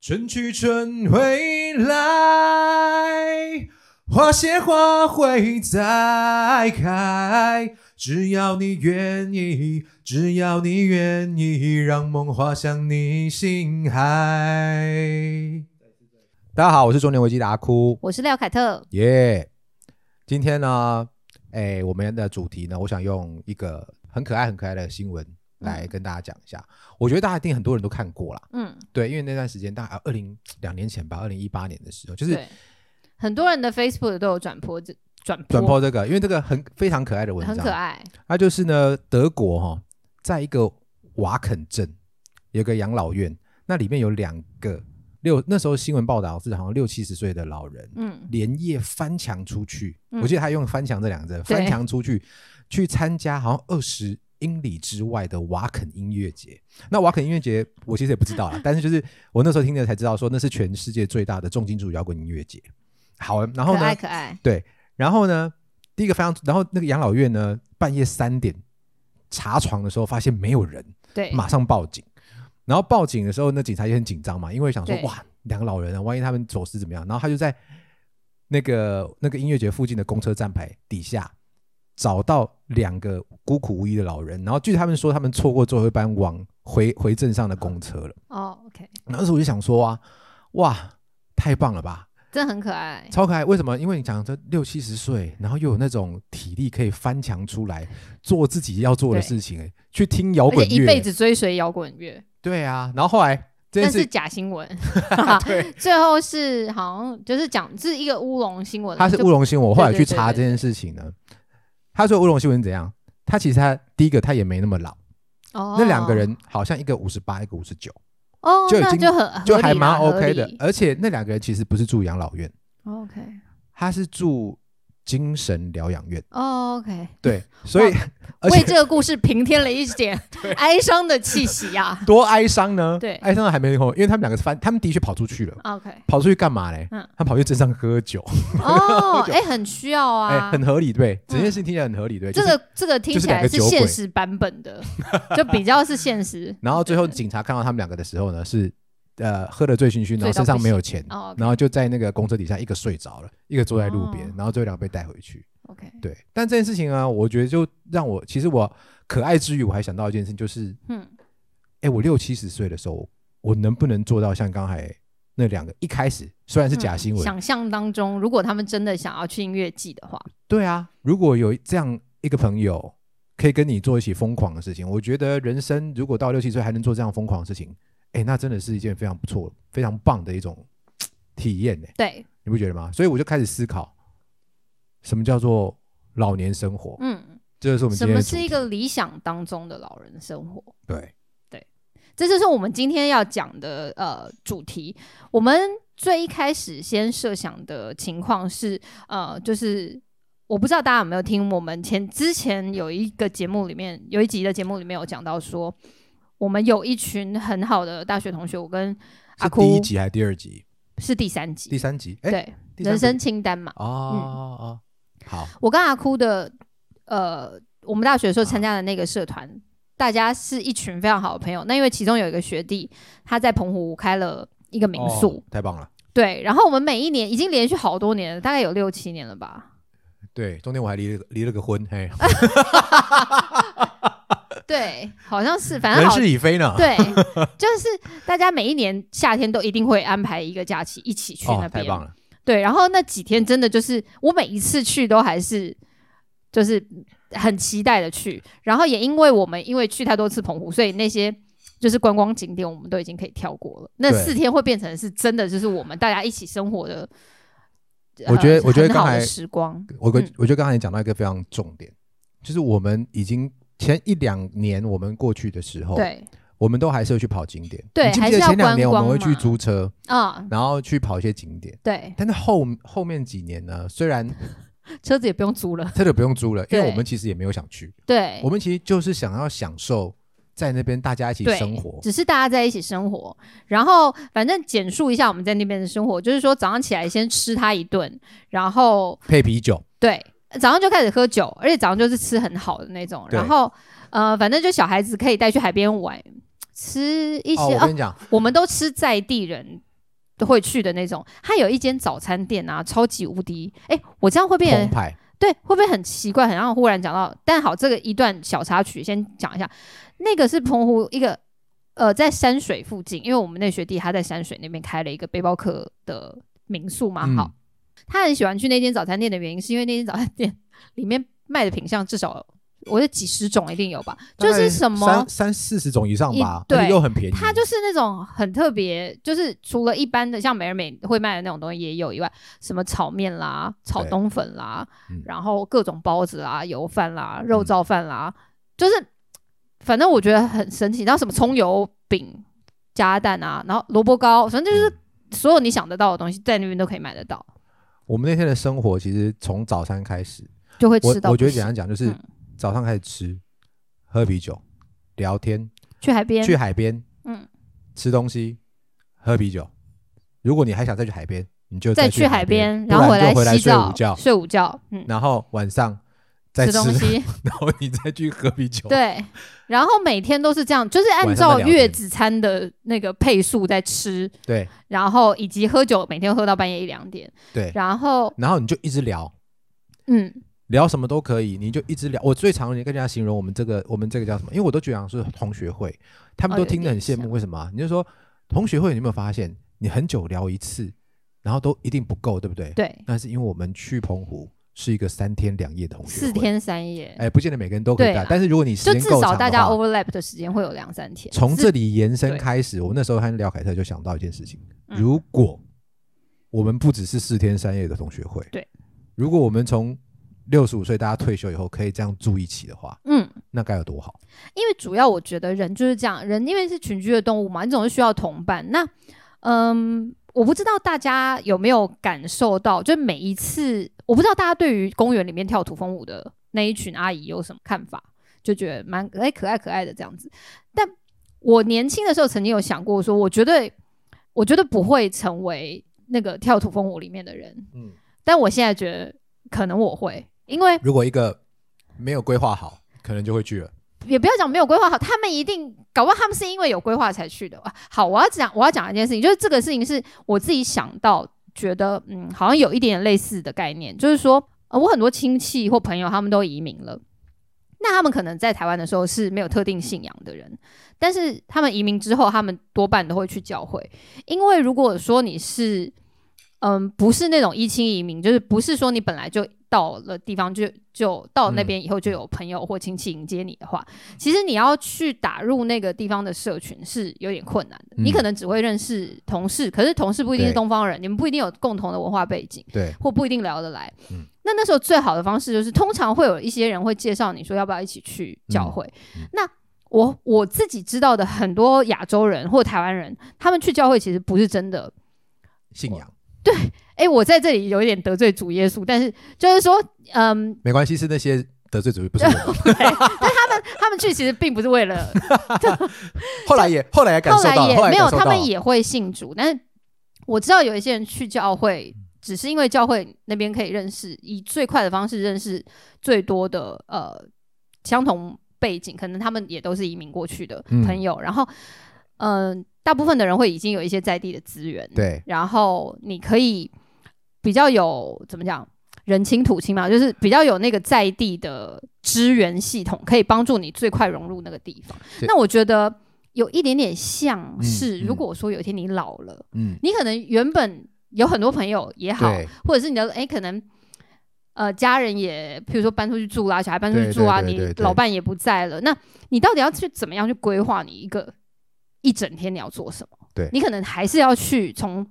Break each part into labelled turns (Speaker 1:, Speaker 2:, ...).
Speaker 1: 春去春回来，花谢花会再开。只要你愿意，只要你愿意，让梦划向你心海。大家好，我是中年危机的阿哭，
Speaker 2: 我是廖凯特，
Speaker 1: 耶、今天呢，哎，我们的主题呢，我想用一个很可爱、很可爱的新闻来
Speaker 2: 嗯
Speaker 1: 跟大家讲一下。我觉得大家一定很多人都看过啦，
Speaker 2: 嗯，
Speaker 1: 对，因为那段时间大概二零两年前吧，二零一八年的时候，就是
Speaker 2: 对，很多人的 Facebook 都有转播这转播
Speaker 1: 转播这个，因为这个很非常可爱的文章，
Speaker 2: 很可。爱，
Speaker 1: 它就是呢，德国哈、在一个瓦肯镇有个养老院，那里面有两个六，那时候新闻报道是好像六七十岁的老人。
Speaker 2: 嗯，
Speaker 1: 连夜翻墙出去，
Speaker 2: 嗯
Speaker 1: 我记得他用“翻墙”这两个字，
Speaker 2: 对
Speaker 1: 翻墙出去去参加好像二十英里之外的瓦肯音乐节。那瓦肯音乐节我其实也不知 道啦，但是就是我那时候听了才知道，说那是全世界最大的重金属摇滚音乐节。好，啊然后
Speaker 2: 可爱
Speaker 1: 呢，
Speaker 2: 可爱，
Speaker 1: 然后呢，第一个翻墙，然后那个养老院呢，半夜三点查床的时候发现没有人，
Speaker 2: 对，
Speaker 1: 马上报警。然后报警的时候，那警察也很紧张嘛，因为想说
Speaker 2: 对
Speaker 1: 哇，两个老人啊，万一他们走失怎么样？然后他就在那个那个音乐节附近的公车站牌底下找到两个孤苦无依的老人。然后据他们说，他们错过最后一班往回回镇上的公车了。
Speaker 2: 哦，OK，
Speaker 1: 然后那时候我就想说啊，哇，太棒了吧！
Speaker 2: 真的很可爱，
Speaker 1: 超可爱。为什么？因为你讲这六七十岁，然后又有那种体力可以翻墙出来做自己要做的
Speaker 2: 对
Speaker 1: 事情，哎去听摇
Speaker 2: 而且
Speaker 1: 滚
Speaker 2: 一辈
Speaker 1: 乐。
Speaker 2: 子追随摇滚乐，
Speaker 1: 对啊，然后后来这
Speaker 2: 但
Speaker 1: 件事
Speaker 2: 是假新闻，
Speaker 1: 对，
Speaker 2: 最后是好像就是讲是一个乌龙新闻，啊
Speaker 1: 他是
Speaker 2: 就
Speaker 1: 乌龙新闻。我后来
Speaker 2: 对
Speaker 1: 去
Speaker 2: 对
Speaker 1: 查这
Speaker 2: 对对
Speaker 1: 件事情呢，他说乌龙新闻怎样？他其实他第一个他也没那么老，
Speaker 2: 哦
Speaker 1: 那两个人好像一个五十八，一个五十九，
Speaker 2: 哦，
Speaker 1: 就已
Speaker 2: 那
Speaker 1: 经
Speaker 2: 就很
Speaker 1: 就
Speaker 2: 合理
Speaker 1: 还蛮
Speaker 2: 啦合
Speaker 1: OK 的
Speaker 2: 理。
Speaker 1: 而且那两个人其实不是住养老院，
Speaker 2: OK，
Speaker 1: 他是住精神疗养院。
Speaker 2: 哦，OK，
Speaker 1: 对，所以 而
Speaker 2: 为
Speaker 1: 且
Speaker 2: 这个故事平添了一 点哀伤的气息啊呀。
Speaker 1: 多哀伤呢？
Speaker 2: 对
Speaker 1: 哀伤的还没有，因为他们两个是翻，他们的确跑出去了。
Speaker 2: OK，
Speaker 1: 跑出去干嘛嘞？
Speaker 2: 嗯
Speaker 1: 他跑去镇上喝酒，
Speaker 2: 哦，哎，很需要
Speaker 1: 哎、
Speaker 2: 啊，
Speaker 1: 很合理对，整件事情听起来很合理对。
Speaker 2: 嗯这
Speaker 1: 哎就是，
Speaker 2: 个这个听
Speaker 1: 就是
Speaker 2: 起
Speaker 1: 两
Speaker 2: 来
Speaker 1: 个
Speaker 2: 是
Speaker 1: 酒鬼
Speaker 2: 现实版 本的，就比较是现实。
Speaker 1: 然后最后警察看到他们两个的时候呢，是呃喝得醉醺醺，然后身上没有钱，
Speaker 2: 哦
Speaker 1: 然后就在那个公车底下，一个睡着了，一个坐在路边，
Speaker 2: 哦
Speaker 1: 然后最后两个被带回去。
Speaker 2: ，OK，
Speaker 1: 对，但这件事情啊，我觉得就让我其实我可爱之余，我还想到一件事情，就是
Speaker 2: 嗯，
Speaker 1: 哎，我六七十岁的时候，我能不能做到像刚才那两个一开始虽
Speaker 2: 嗯
Speaker 1: 然是假新闻，
Speaker 2: 想象当中，如果他们真的想要去音乐季的话，
Speaker 1: 对啊，如果有这样一个朋友可以跟你做一起疯狂的事情，我觉得人生如果到六七岁还能做这样疯狂的事情，哎，那真的是一件非常不错、非常棒的一种嘖体验呢，
Speaker 2: 对，
Speaker 1: 你不觉得吗？所以我就开始思考，什么叫做老年生活？
Speaker 2: 嗯，
Speaker 1: 这就是我们今
Speaker 2: 什
Speaker 1: 天
Speaker 2: 么
Speaker 1: 的主
Speaker 2: 是
Speaker 1: 题
Speaker 2: 一个理想当中的老人生活？
Speaker 1: 对
Speaker 2: 这就是我们今天要讲的呃主题。我们最一开始先设想的情况是，呃，就是我不知道大家有没有听我们前之前有一个节目里面有一集的节目里面有讲到说，我们有一群很好的大学同学，我跟阿
Speaker 1: 是
Speaker 2: 哭
Speaker 1: 第一集还是第二集？
Speaker 2: 是第三集，
Speaker 1: 第三集？哎，
Speaker 2: 对
Speaker 1: 第三
Speaker 2: 人
Speaker 1: 集
Speaker 2: 生嗯清单嘛。
Speaker 1: 哦哦，哦好，
Speaker 2: 我跟阿哭的，呃，我们大学的时候参加的那个社团，大家是一群非常好的朋友。那因为其中有一个学弟，他在澎湖开了一个民宿，
Speaker 1: 哦太棒了。
Speaker 2: 对。然后我们每一年已经连续好多年了，大概有六七年了吧。
Speaker 1: 对，中间我还离了个离了个婚，嘿，
Speaker 2: 啊对，好像是，反正
Speaker 1: 人
Speaker 2: 好。
Speaker 1: 事已非呢。
Speaker 2: 对，就是大家每一年夏天都一定会安排一个假期一起去那
Speaker 1: 哦，太
Speaker 2: 边。
Speaker 1: 棒了。
Speaker 2: 对，然后那几天真的就是我每一次去都还是就是很期待的去，然后也因为我们因为去太多次澎湖，所以那些就是观光景点我们都已经可以跳过了。那
Speaker 1: 对
Speaker 2: 四天会变成是真的就是我们大家一起生活的。呃
Speaker 1: 我觉得我觉得
Speaker 2: 很
Speaker 1: 刚
Speaker 2: 好的
Speaker 1: 才
Speaker 2: 时光，
Speaker 1: 我我
Speaker 2: 嗯
Speaker 1: 我觉得刚才你讲到一个非常重点，就是我们已经前一两年我们过去的时候，，
Speaker 2: 对
Speaker 1: 我们都还是会去跑景点，
Speaker 2: 对
Speaker 1: 你记不
Speaker 2: 还
Speaker 1: 记
Speaker 2: 是
Speaker 1: 得
Speaker 2: 要
Speaker 1: 前两年我
Speaker 2: 观
Speaker 1: 们会
Speaker 2: 光
Speaker 1: 去
Speaker 2: 嘛
Speaker 1: 租车，
Speaker 2: 啊，
Speaker 1: 然后去跑一些景点。
Speaker 2: 对，
Speaker 1: 但是后后面几年呢，虽然
Speaker 2: 车子也不用租了，
Speaker 1: 车都不用租了，因为
Speaker 2: 对
Speaker 1: 我们其实也没有想去，
Speaker 2: 对
Speaker 1: 我，们其实就是想要享受在那边大家一起
Speaker 2: 对
Speaker 1: 生活。
Speaker 2: 只是大家在一起生活。然后反正简述一下我们在那边的生活，就是说早上起来先吃他一顿，然后
Speaker 1: 配啤酒，
Speaker 2: 对，早上就开始喝酒，而且早上就是吃很好的那种。
Speaker 1: 对
Speaker 2: 然后呃，反正就小孩子可以带去海边玩，吃一
Speaker 1: 哦，
Speaker 2: 些
Speaker 1: 我
Speaker 2: 哦
Speaker 1: 跟你讲，
Speaker 2: 我们都吃在地人都会去的那种。它有一间早餐店啊，超级无敌。哎，我这样会变
Speaker 1: 澎湃，
Speaker 2: 对，会不会很奇怪？很像忽然讲到，但好，这个一段小插曲先讲一下，那个是澎湖一个呃，在山水附近，因为我们那学弟他在山水那边开了一个背包客的民宿
Speaker 1: 嗯
Speaker 2: 嘛，啊好，他很喜欢去那间早餐店的原因，是因为那间早餐店里面卖的品相至少我得几十种一定有吧，
Speaker 1: 大
Speaker 2: 就
Speaker 1: 概
Speaker 2: 是什么
Speaker 1: 三三四十种以上吧，
Speaker 2: 一对
Speaker 1: 而且又很便宜。
Speaker 2: 它就是那种很特别，就是除了一般的像美而美会卖的那种东西也有以外，什么炒面啦、炒
Speaker 1: 对
Speaker 2: 冬粉啦
Speaker 1: 嗯，
Speaker 2: 然后各种包子啦、油饭啦、肉燥饭啦，就是反正我觉得很神奇。然后什么葱油饼加蛋啊，然后萝卜糕，反
Speaker 1: 嗯
Speaker 2: 正就是所有你想得到的东西在那边都可以买得到，
Speaker 1: 我们那天的生活其实从早餐开始，
Speaker 2: 就会
Speaker 1: 我
Speaker 2: 吃到不行。
Speaker 1: 我觉得简单讲就是
Speaker 2: 嗯
Speaker 1: 早上开始吃，喝啤酒，聊天，
Speaker 2: 去海边，
Speaker 1: 去海边，
Speaker 2: 嗯
Speaker 1: 吃东西，喝啤酒。如果你还想再去海边，你就
Speaker 2: 再
Speaker 1: 去
Speaker 2: 海
Speaker 1: 边，
Speaker 2: 然后
Speaker 1: 不
Speaker 2: 回
Speaker 1: 就回
Speaker 2: 洗
Speaker 1: 睡
Speaker 2: 澡
Speaker 1: 午、觉，
Speaker 2: 睡午觉，嗯，
Speaker 1: 然后晚上再
Speaker 2: 吃
Speaker 1: 吃，
Speaker 2: 东西。
Speaker 1: 然后你再去喝啤酒。
Speaker 2: 对，然后每天都是这样，就是按
Speaker 1: 晚上
Speaker 2: 照
Speaker 1: 再聊天
Speaker 2: 月子餐的那个配速在吃，
Speaker 1: 对
Speaker 2: 然后以及喝酒，每天喝到半夜一两点，
Speaker 1: 对，
Speaker 2: 然后
Speaker 1: 然后你就一直聊，
Speaker 2: 嗯，
Speaker 1: 聊什么都可以，你就一直聊。我最常跟人家形容我们这个我们这个叫什么？因为我都觉得好像是同学会，他们
Speaker 2: 哦
Speaker 1: 都
Speaker 2: 有
Speaker 1: 听得很
Speaker 2: 点
Speaker 1: 羡慕。
Speaker 2: 像
Speaker 1: 为什么啊、你就说同学会，你有没有发现，你很久聊一次，然后都一定不够，对不对？。
Speaker 2: 对，
Speaker 1: 那是因为我们去澎湖是一个三天两夜的同学会，
Speaker 2: 四，天三夜，
Speaker 1: 哎，不见得每个人都可以
Speaker 2: 对
Speaker 1: 带
Speaker 2: 啦，
Speaker 1: 但是如果你时
Speaker 2: 就
Speaker 1: 间
Speaker 2: 至
Speaker 1: 够长
Speaker 2: 少
Speaker 1: 的
Speaker 2: 大家
Speaker 1: 话
Speaker 2: overlap 的时间会有两三天。
Speaker 1: 从
Speaker 2: 是
Speaker 1: 这里延伸
Speaker 2: 对
Speaker 1: 开始，我那时候和廖凯特就想到一件事情：
Speaker 2: 嗯
Speaker 1: 如果我们不只是四天三夜的同学会，
Speaker 2: 对，
Speaker 1: 如果我们从六十五岁大家退休以后可以这样住一起的话，
Speaker 2: 嗯，
Speaker 1: 那该有多好！
Speaker 2: 因为主要我觉得人就是这样，人因为是群居的动物嘛，你总是需要同伴。那嗯，我不知道大家有没有感受到，就每一次，我不知道大家对于公园里面跳土风舞的那一群阿姨有什么看法，就觉得蛮哎、可爱可爱的这样子。但我年轻的时候曾经有想过说，我绝对我绝对不会成为那个跳土风舞里面的人，
Speaker 1: 嗯，
Speaker 2: 但我现在觉得可能我会，因为
Speaker 1: 如果一个没有规划好，可能就会去了。
Speaker 2: 也不要讲没有规划好，他们一定搞不好他们是因为有规划才去的。啊好，我要讲我要讲一件事情，就是这个事情是我自己想到，觉得嗯，好像有一点类似的概念，就是说，呃，我很多亲戚或朋友他们都移民了。那他们可能在台湾的时候是没有特定信仰的人，但是他们移民之后，他们多半都会去教会，因为如果说你是，嗯，不是那种一亲移民，就是不是说你本来就到了地方就就到那边以后就有朋友或亲戚迎接你的话，其实你要去打入那个地方的社群是有点困难的。
Speaker 1: 嗯
Speaker 2: 你可能只会认识同事，可是同事不一定是
Speaker 1: 对
Speaker 2: 东方人，你们不一定有共同的文化背景。
Speaker 1: 对，
Speaker 2: 或不一定聊得来。
Speaker 1: 嗯
Speaker 2: 那那时候最好的方式就是，通常会有一些人会介绍你说要不要一起去教会。
Speaker 1: 嗯嗯
Speaker 2: 那我我自己知道的很多亚洲人或台湾人，他们去教会其实不是真的。
Speaker 1: 信仰
Speaker 2: 诶，我在这里有一点得罪主耶稣，但是就是说，嗯，
Speaker 1: 没关系，是那些得罪主义，不是我们。
Speaker 2: 他们去其实并不是为了，
Speaker 1: 后来也后来也感
Speaker 2: 后
Speaker 1: 受
Speaker 2: 来
Speaker 1: 到了，
Speaker 2: 也
Speaker 1: 后来
Speaker 2: 没有，
Speaker 1: 感受
Speaker 2: 他
Speaker 1: 到
Speaker 2: 们
Speaker 1: 了
Speaker 2: 也会信主，但是我知道有一些人去教会，只是因为教会那边可以认识，以最快的方式认识最多的呃相同背景，可能他们也都是移民过去的
Speaker 1: 嗯
Speaker 2: 朋友，然后嗯、呃大部分的人会已经有一些在地的资源，
Speaker 1: 对
Speaker 2: 然后你可以比较有怎么讲人亲土亲嘛，就是比较有那个在地的支援系统，可以帮助你最快融入那个地方。
Speaker 1: 对
Speaker 2: 那我觉得有一点点像
Speaker 1: 嗯
Speaker 2: 是，
Speaker 1: 嗯
Speaker 2: 如果说有一天你老了，
Speaker 1: 嗯，
Speaker 2: 你可能原本有很多朋友也好，
Speaker 1: 对
Speaker 2: 或者是你的哎可能。呃，家人也，譬如说搬出去住啦，小孩搬出去
Speaker 1: 对
Speaker 2: 住啊，
Speaker 1: 对对对
Speaker 2: 你
Speaker 1: 对
Speaker 2: 老伴也不在了，那你到底要去怎么样去规划你一个一整天你要做什么？
Speaker 1: 对
Speaker 2: 你可能还是要去从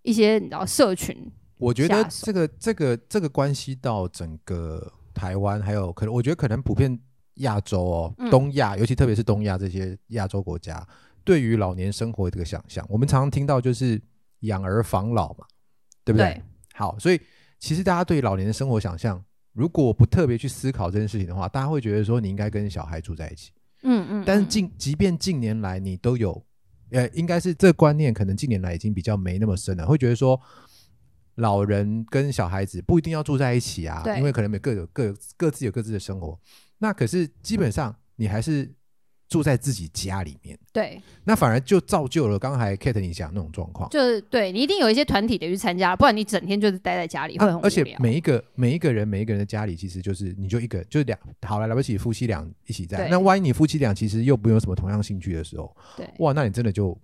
Speaker 2: 一些你知道社群，
Speaker 1: 我觉得
Speaker 2: 下手
Speaker 1: 这个这个这个关系到整个台湾，还有可能我觉得可能普遍亚洲哦，
Speaker 2: 嗯
Speaker 1: 东亚，尤其特别是东亚这些亚洲国家，对于老年生活的这个想象，我们常常听到就是养儿防老嘛，对不对？
Speaker 2: 对
Speaker 1: 好，所以其实大家对老年生活想象，如果不特别去思考这件事情的话，大家会觉得说你应该跟小孩住在一起。
Speaker 2: 嗯嗯，
Speaker 1: 但是
Speaker 2: 嗯
Speaker 1: 近即便近年来你都有，呃，应该是这观念可能近年来已经比较没那么深了，会觉得说老人跟小孩子不一定要住在一起啊，
Speaker 2: 对
Speaker 1: 因为可能每各有各各自有各自的生活。那可是基本上你还是住在自己家里面，
Speaker 2: 对，
Speaker 1: 那反而就造就了刚才 Kate 你讲的那种状况。
Speaker 2: 就是对你一定有一些团体得去参加，不然你整天就是待在家里会很无聊。
Speaker 1: 啊而且每一个每一个人每一个人的家里，其实就是你就一个就是两好了，来不起夫妻俩一起在。
Speaker 2: 对
Speaker 1: 那万一你夫妻俩其实又没有什么同样兴趣的时候，
Speaker 2: 对嗯
Speaker 1: 哇，那你真的就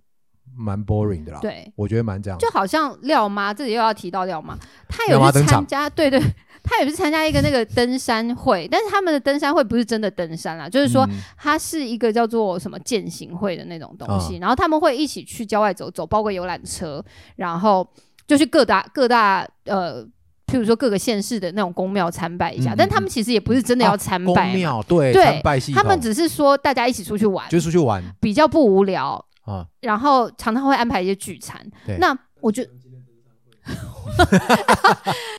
Speaker 1: 蛮 boring 的啦。，
Speaker 2: 对，
Speaker 1: 我觉得蛮这样。
Speaker 2: 就好像廖妈，这里又要提到廖妈，她
Speaker 1: 廖妈
Speaker 2: 有去
Speaker 1: 登场
Speaker 2: 参加，对 对，她也是参加一个那个登山会，但是他们的登山会不是真的登山啦，就是说
Speaker 1: 嗯
Speaker 2: 它是一个叫做什么践行会的那种东
Speaker 1: 嗯
Speaker 2: 西，然后他们会一起去郊外走走，包括游览车，然后就去各大各大呃。譬如说各个县市的那种宫庙参拜一
Speaker 1: 嗯
Speaker 2: 下，
Speaker 1: 嗯
Speaker 2: 但他们其实也不是真的要参
Speaker 1: 宫
Speaker 2: 拜嘛，
Speaker 1: 庙对
Speaker 2: 对
Speaker 1: 参拜系统，
Speaker 2: 他们只是说大家一起出去玩，
Speaker 1: 就是出去玩
Speaker 2: 比较不无聊，
Speaker 1: 啊，
Speaker 2: 然后常常会安排一些聚餐
Speaker 1: 对。
Speaker 2: 那 我觉得，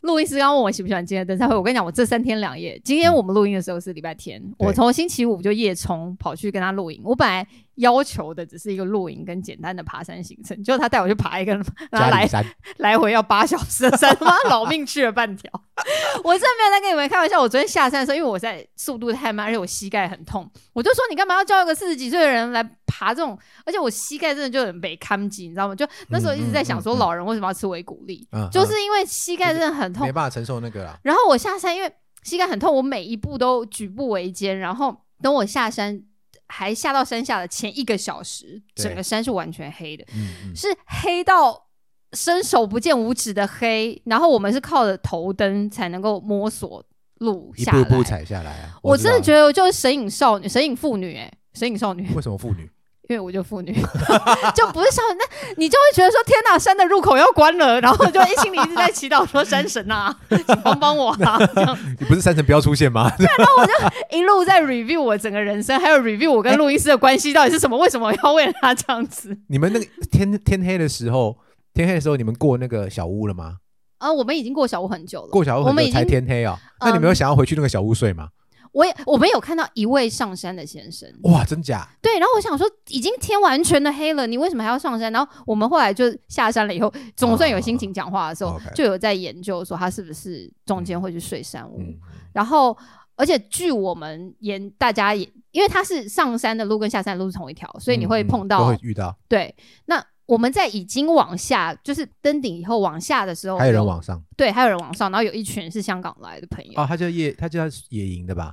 Speaker 2: 录音师刚问我喜不喜欢今天的登山会，我跟你讲，我这三天两夜，今天我们录音的时候是礼拜天，
Speaker 1: 对
Speaker 2: 我从星期五就夜冲跑去跟他露营。我本来要求的只是一个露营跟简单的爬山行程，结果他带我去爬一个，然后
Speaker 1: 家里
Speaker 2: 来
Speaker 1: 山
Speaker 2: 来回要八小时的山，妈老命去了半条。 我真的没有在跟你们开玩笑。我昨天下山的时候，因为我在速度太慢，而且我膝盖很痛，我就说你干嘛要叫一个四十几岁的人来爬这种？而且我膝盖真的就很被看紧，你知道吗？就那时候一直在想
Speaker 1: 嗯
Speaker 2: 说，
Speaker 1: 嗯嗯嗯
Speaker 2: 老人为什么要吃维骨力？
Speaker 1: 嗯
Speaker 2: 就是因为膝盖真的很痛
Speaker 1: 没。办法承受那个啦。
Speaker 2: 然后我下山，因为膝盖很痛，我每一步都举步维艰。然后等我下山，还下到山下的前一个小时，
Speaker 1: 对
Speaker 2: 整个山是完全黑的。
Speaker 1: 嗯嗯，
Speaker 2: 是黑到伸手不见五指的黑，然后我们是靠着头灯才能够摸索路
Speaker 1: 一
Speaker 2: 下来。
Speaker 1: 步步踩下来啊。
Speaker 2: 我真的觉
Speaker 1: 得
Speaker 2: 得我就是神隐少女、神隐妇女、欸，神隐少女，
Speaker 1: 为什么妇女？
Speaker 2: 因为我就妇女，就不是少女，那你就会觉得说天哪，山的入口要关了，然后就一心里一直在祈祷说山神啊，请帮帮我啊，这样
Speaker 1: 你不是三层标出现吗？
Speaker 2: 一路在 review 我整个人生，还有 review 我
Speaker 1: 哎
Speaker 2: 跟录音师的关系到底是什么，为什么要为了他这样子？
Speaker 1: 你们那个天天黑的时候，天黑的时候你们过那个小屋了吗？
Speaker 2: 啊，我们已经过小屋很久了，
Speaker 1: 过小屋
Speaker 2: 我
Speaker 1: 很
Speaker 2: 们
Speaker 1: 久
Speaker 2: 已
Speaker 1: 才
Speaker 2: 经嗯
Speaker 1: 天黑哦。那你们有想要回去那个小屋睡吗？
Speaker 2: 我也我们有看到一位上山的先生，
Speaker 1: 哇，真假？
Speaker 2: 对，然后我想说，已经天完全的黑了，你为什么还要上山？然后我们后来就下山了以后，总算有心情讲话的时候，
Speaker 1: 哦哦哦，OK
Speaker 2: 就有在研究说他是不是中间会去睡山屋。
Speaker 1: 嗯，
Speaker 2: 然后，而且据我们研大家也，因为它是上山的路跟下山的路是同一条，所以你会
Speaker 1: 嗯嗯
Speaker 2: 碰到、
Speaker 1: 都会遇到，
Speaker 2: 对。那我们在已经往下，就是登顶以后往下的时候，
Speaker 1: 还有人往上
Speaker 2: 对，还有人往上，然后有一群是香港来的朋友，
Speaker 1: 哦，他叫夜，他叫野营的吧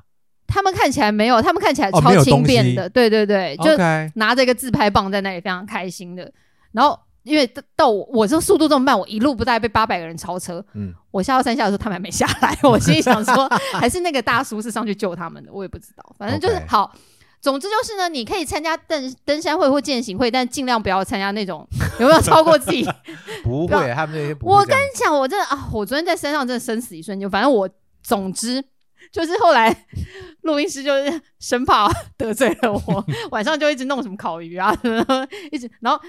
Speaker 2: 他们看起来没有，他们看起来
Speaker 1: 哦没
Speaker 2: 超
Speaker 1: 有
Speaker 2: 轻
Speaker 1: 东西
Speaker 2: 便的，对对对，就
Speaker 1: ？OK，
Speaker 2: 拿着一个自拍棒在那里非常开心的。然后因为到到我我这速度这么慢，我一路不大概被八百个人超车。
Speaker 1: 嗯，
Speaker 2: 我下到山下的时候，他们还没下 来，我心里想说，还是那个大叔是上去救他们的，我也不知道。反正就是
Speaker 1: OK
Speaker 2: 好。总之就是呢，你可以参加登登山会或健行会，但尽量不要参加那种有没有超过自己。
Speaker 1: 不
Speaker 2: 不
Speaker 1: 会，他们那些不会
Speaker 2: 我
Speaker 1: 这
Speaker 2: 跟
Speaker 1: 样
Speaker 2: 你讲，我真的啊，我昨天在山上真的生死一瞬间。反正我总之就是后来录音师就是生怕得罪了我， 晚上就一直弄什么烤鱼啊，一直然后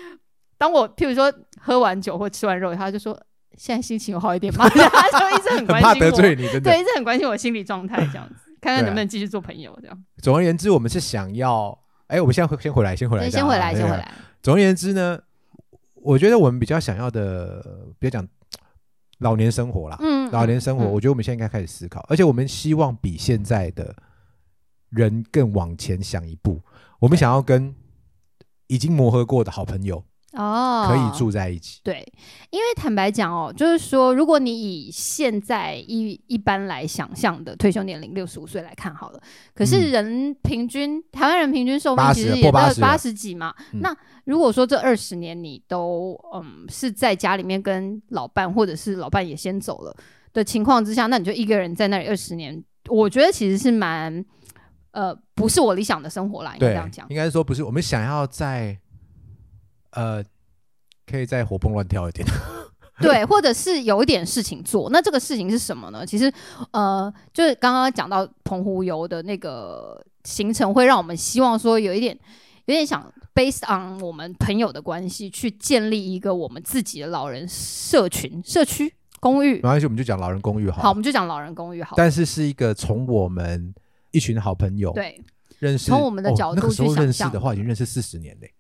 Speaker 2: 当我譬如说喝完酒或吃完肉，他就说现在心情有好一点吗？ 他就一直很关
Speaker 1: 很怕
Speaker 2: 心我，
Speaker 1: 得罪啊你，真的
Speaker 2: 对，。一直很关心我心理状态这样子，看看能不能继续做朋友这样。
Speaker 1: 总而言之，我们是想要，哎，我们先回先回来，先回来，
Speaker 2: 对先回来，
Speaker 1: 这
Speaker 2: 先
Speaker 1: 样啊
Speaker 2: 回。来。
Speaker 1: 总而言之呢，我觉得我们比较想要的，别讲老年生活啦，
Speaker 2: 嗯，
Speaker 1: 老年生活，
Speaker 2: 嗯
Speaker 1: 我觉得我们现在应该开始思考，而且我们希望比现在的人更往前想一步，我们想要跟已经磨合过的好朋友
Speaker 2: 哦，
Speaker 1: 可以住在一起。
Speaker 2: 对，因为坦白讲哦，就是说，如果你以现在一一般来想象的退休年龄六十五岁来看好了，可是
Speaker 1: 嗯
Speaker 2: 人平均、台湾人平均寿
Speaker 1: 80
Speaker 2: 命其实
Speaker 1: 了
Speaker 2: 也
Speaker 1: 破
Speaker 2: 在
Speaker 1: 80了
Speaker 2: 八十几嘛。
Speaker 1: 嗯
Speaker 2: 那如果说这二十年你都嗯是在家里面跟老伴，或者是老伴也先走了的情况之下，那你就一个人在那里二十年，我觉得其实是蛮呃不是我理想的生活啦，应该哎
Speaker 1: 对
Speaker 2: 这样讲，。
Speaker 1: 应该是说不是我们想要在呃，可以再活蹦乱跳一点。
Speaker 2: 对，或者是有一点事情做。那这个事情是什么呢？其实，呃，就是刚刚讲到澎湖游的那个行程，会让我们希望说有一点，有点想 based on 我们朋友的关系，去建立一个我们自己的老人社群、社区、公寓
Speaker 1: 没。关系，我们就讲老人公寓好了。
Speaker 2: 好，我们就讲老人公寓好了。
Speaker 1: 但是是一个从我们一群好朋友
Speaker 2: 对
Speaker 1: 认识，
Speaker 2: 从我们的
Speaker 1: 哦、
Speaker 2: 角
Speaker 1: 那个
Speaker 2: 度
Speaker 1: 时候
Speaker 2: 去想
Speaker 1: 认识
Speaker 2: 象
Speaker 1: 的话，已经认识四十年嘞。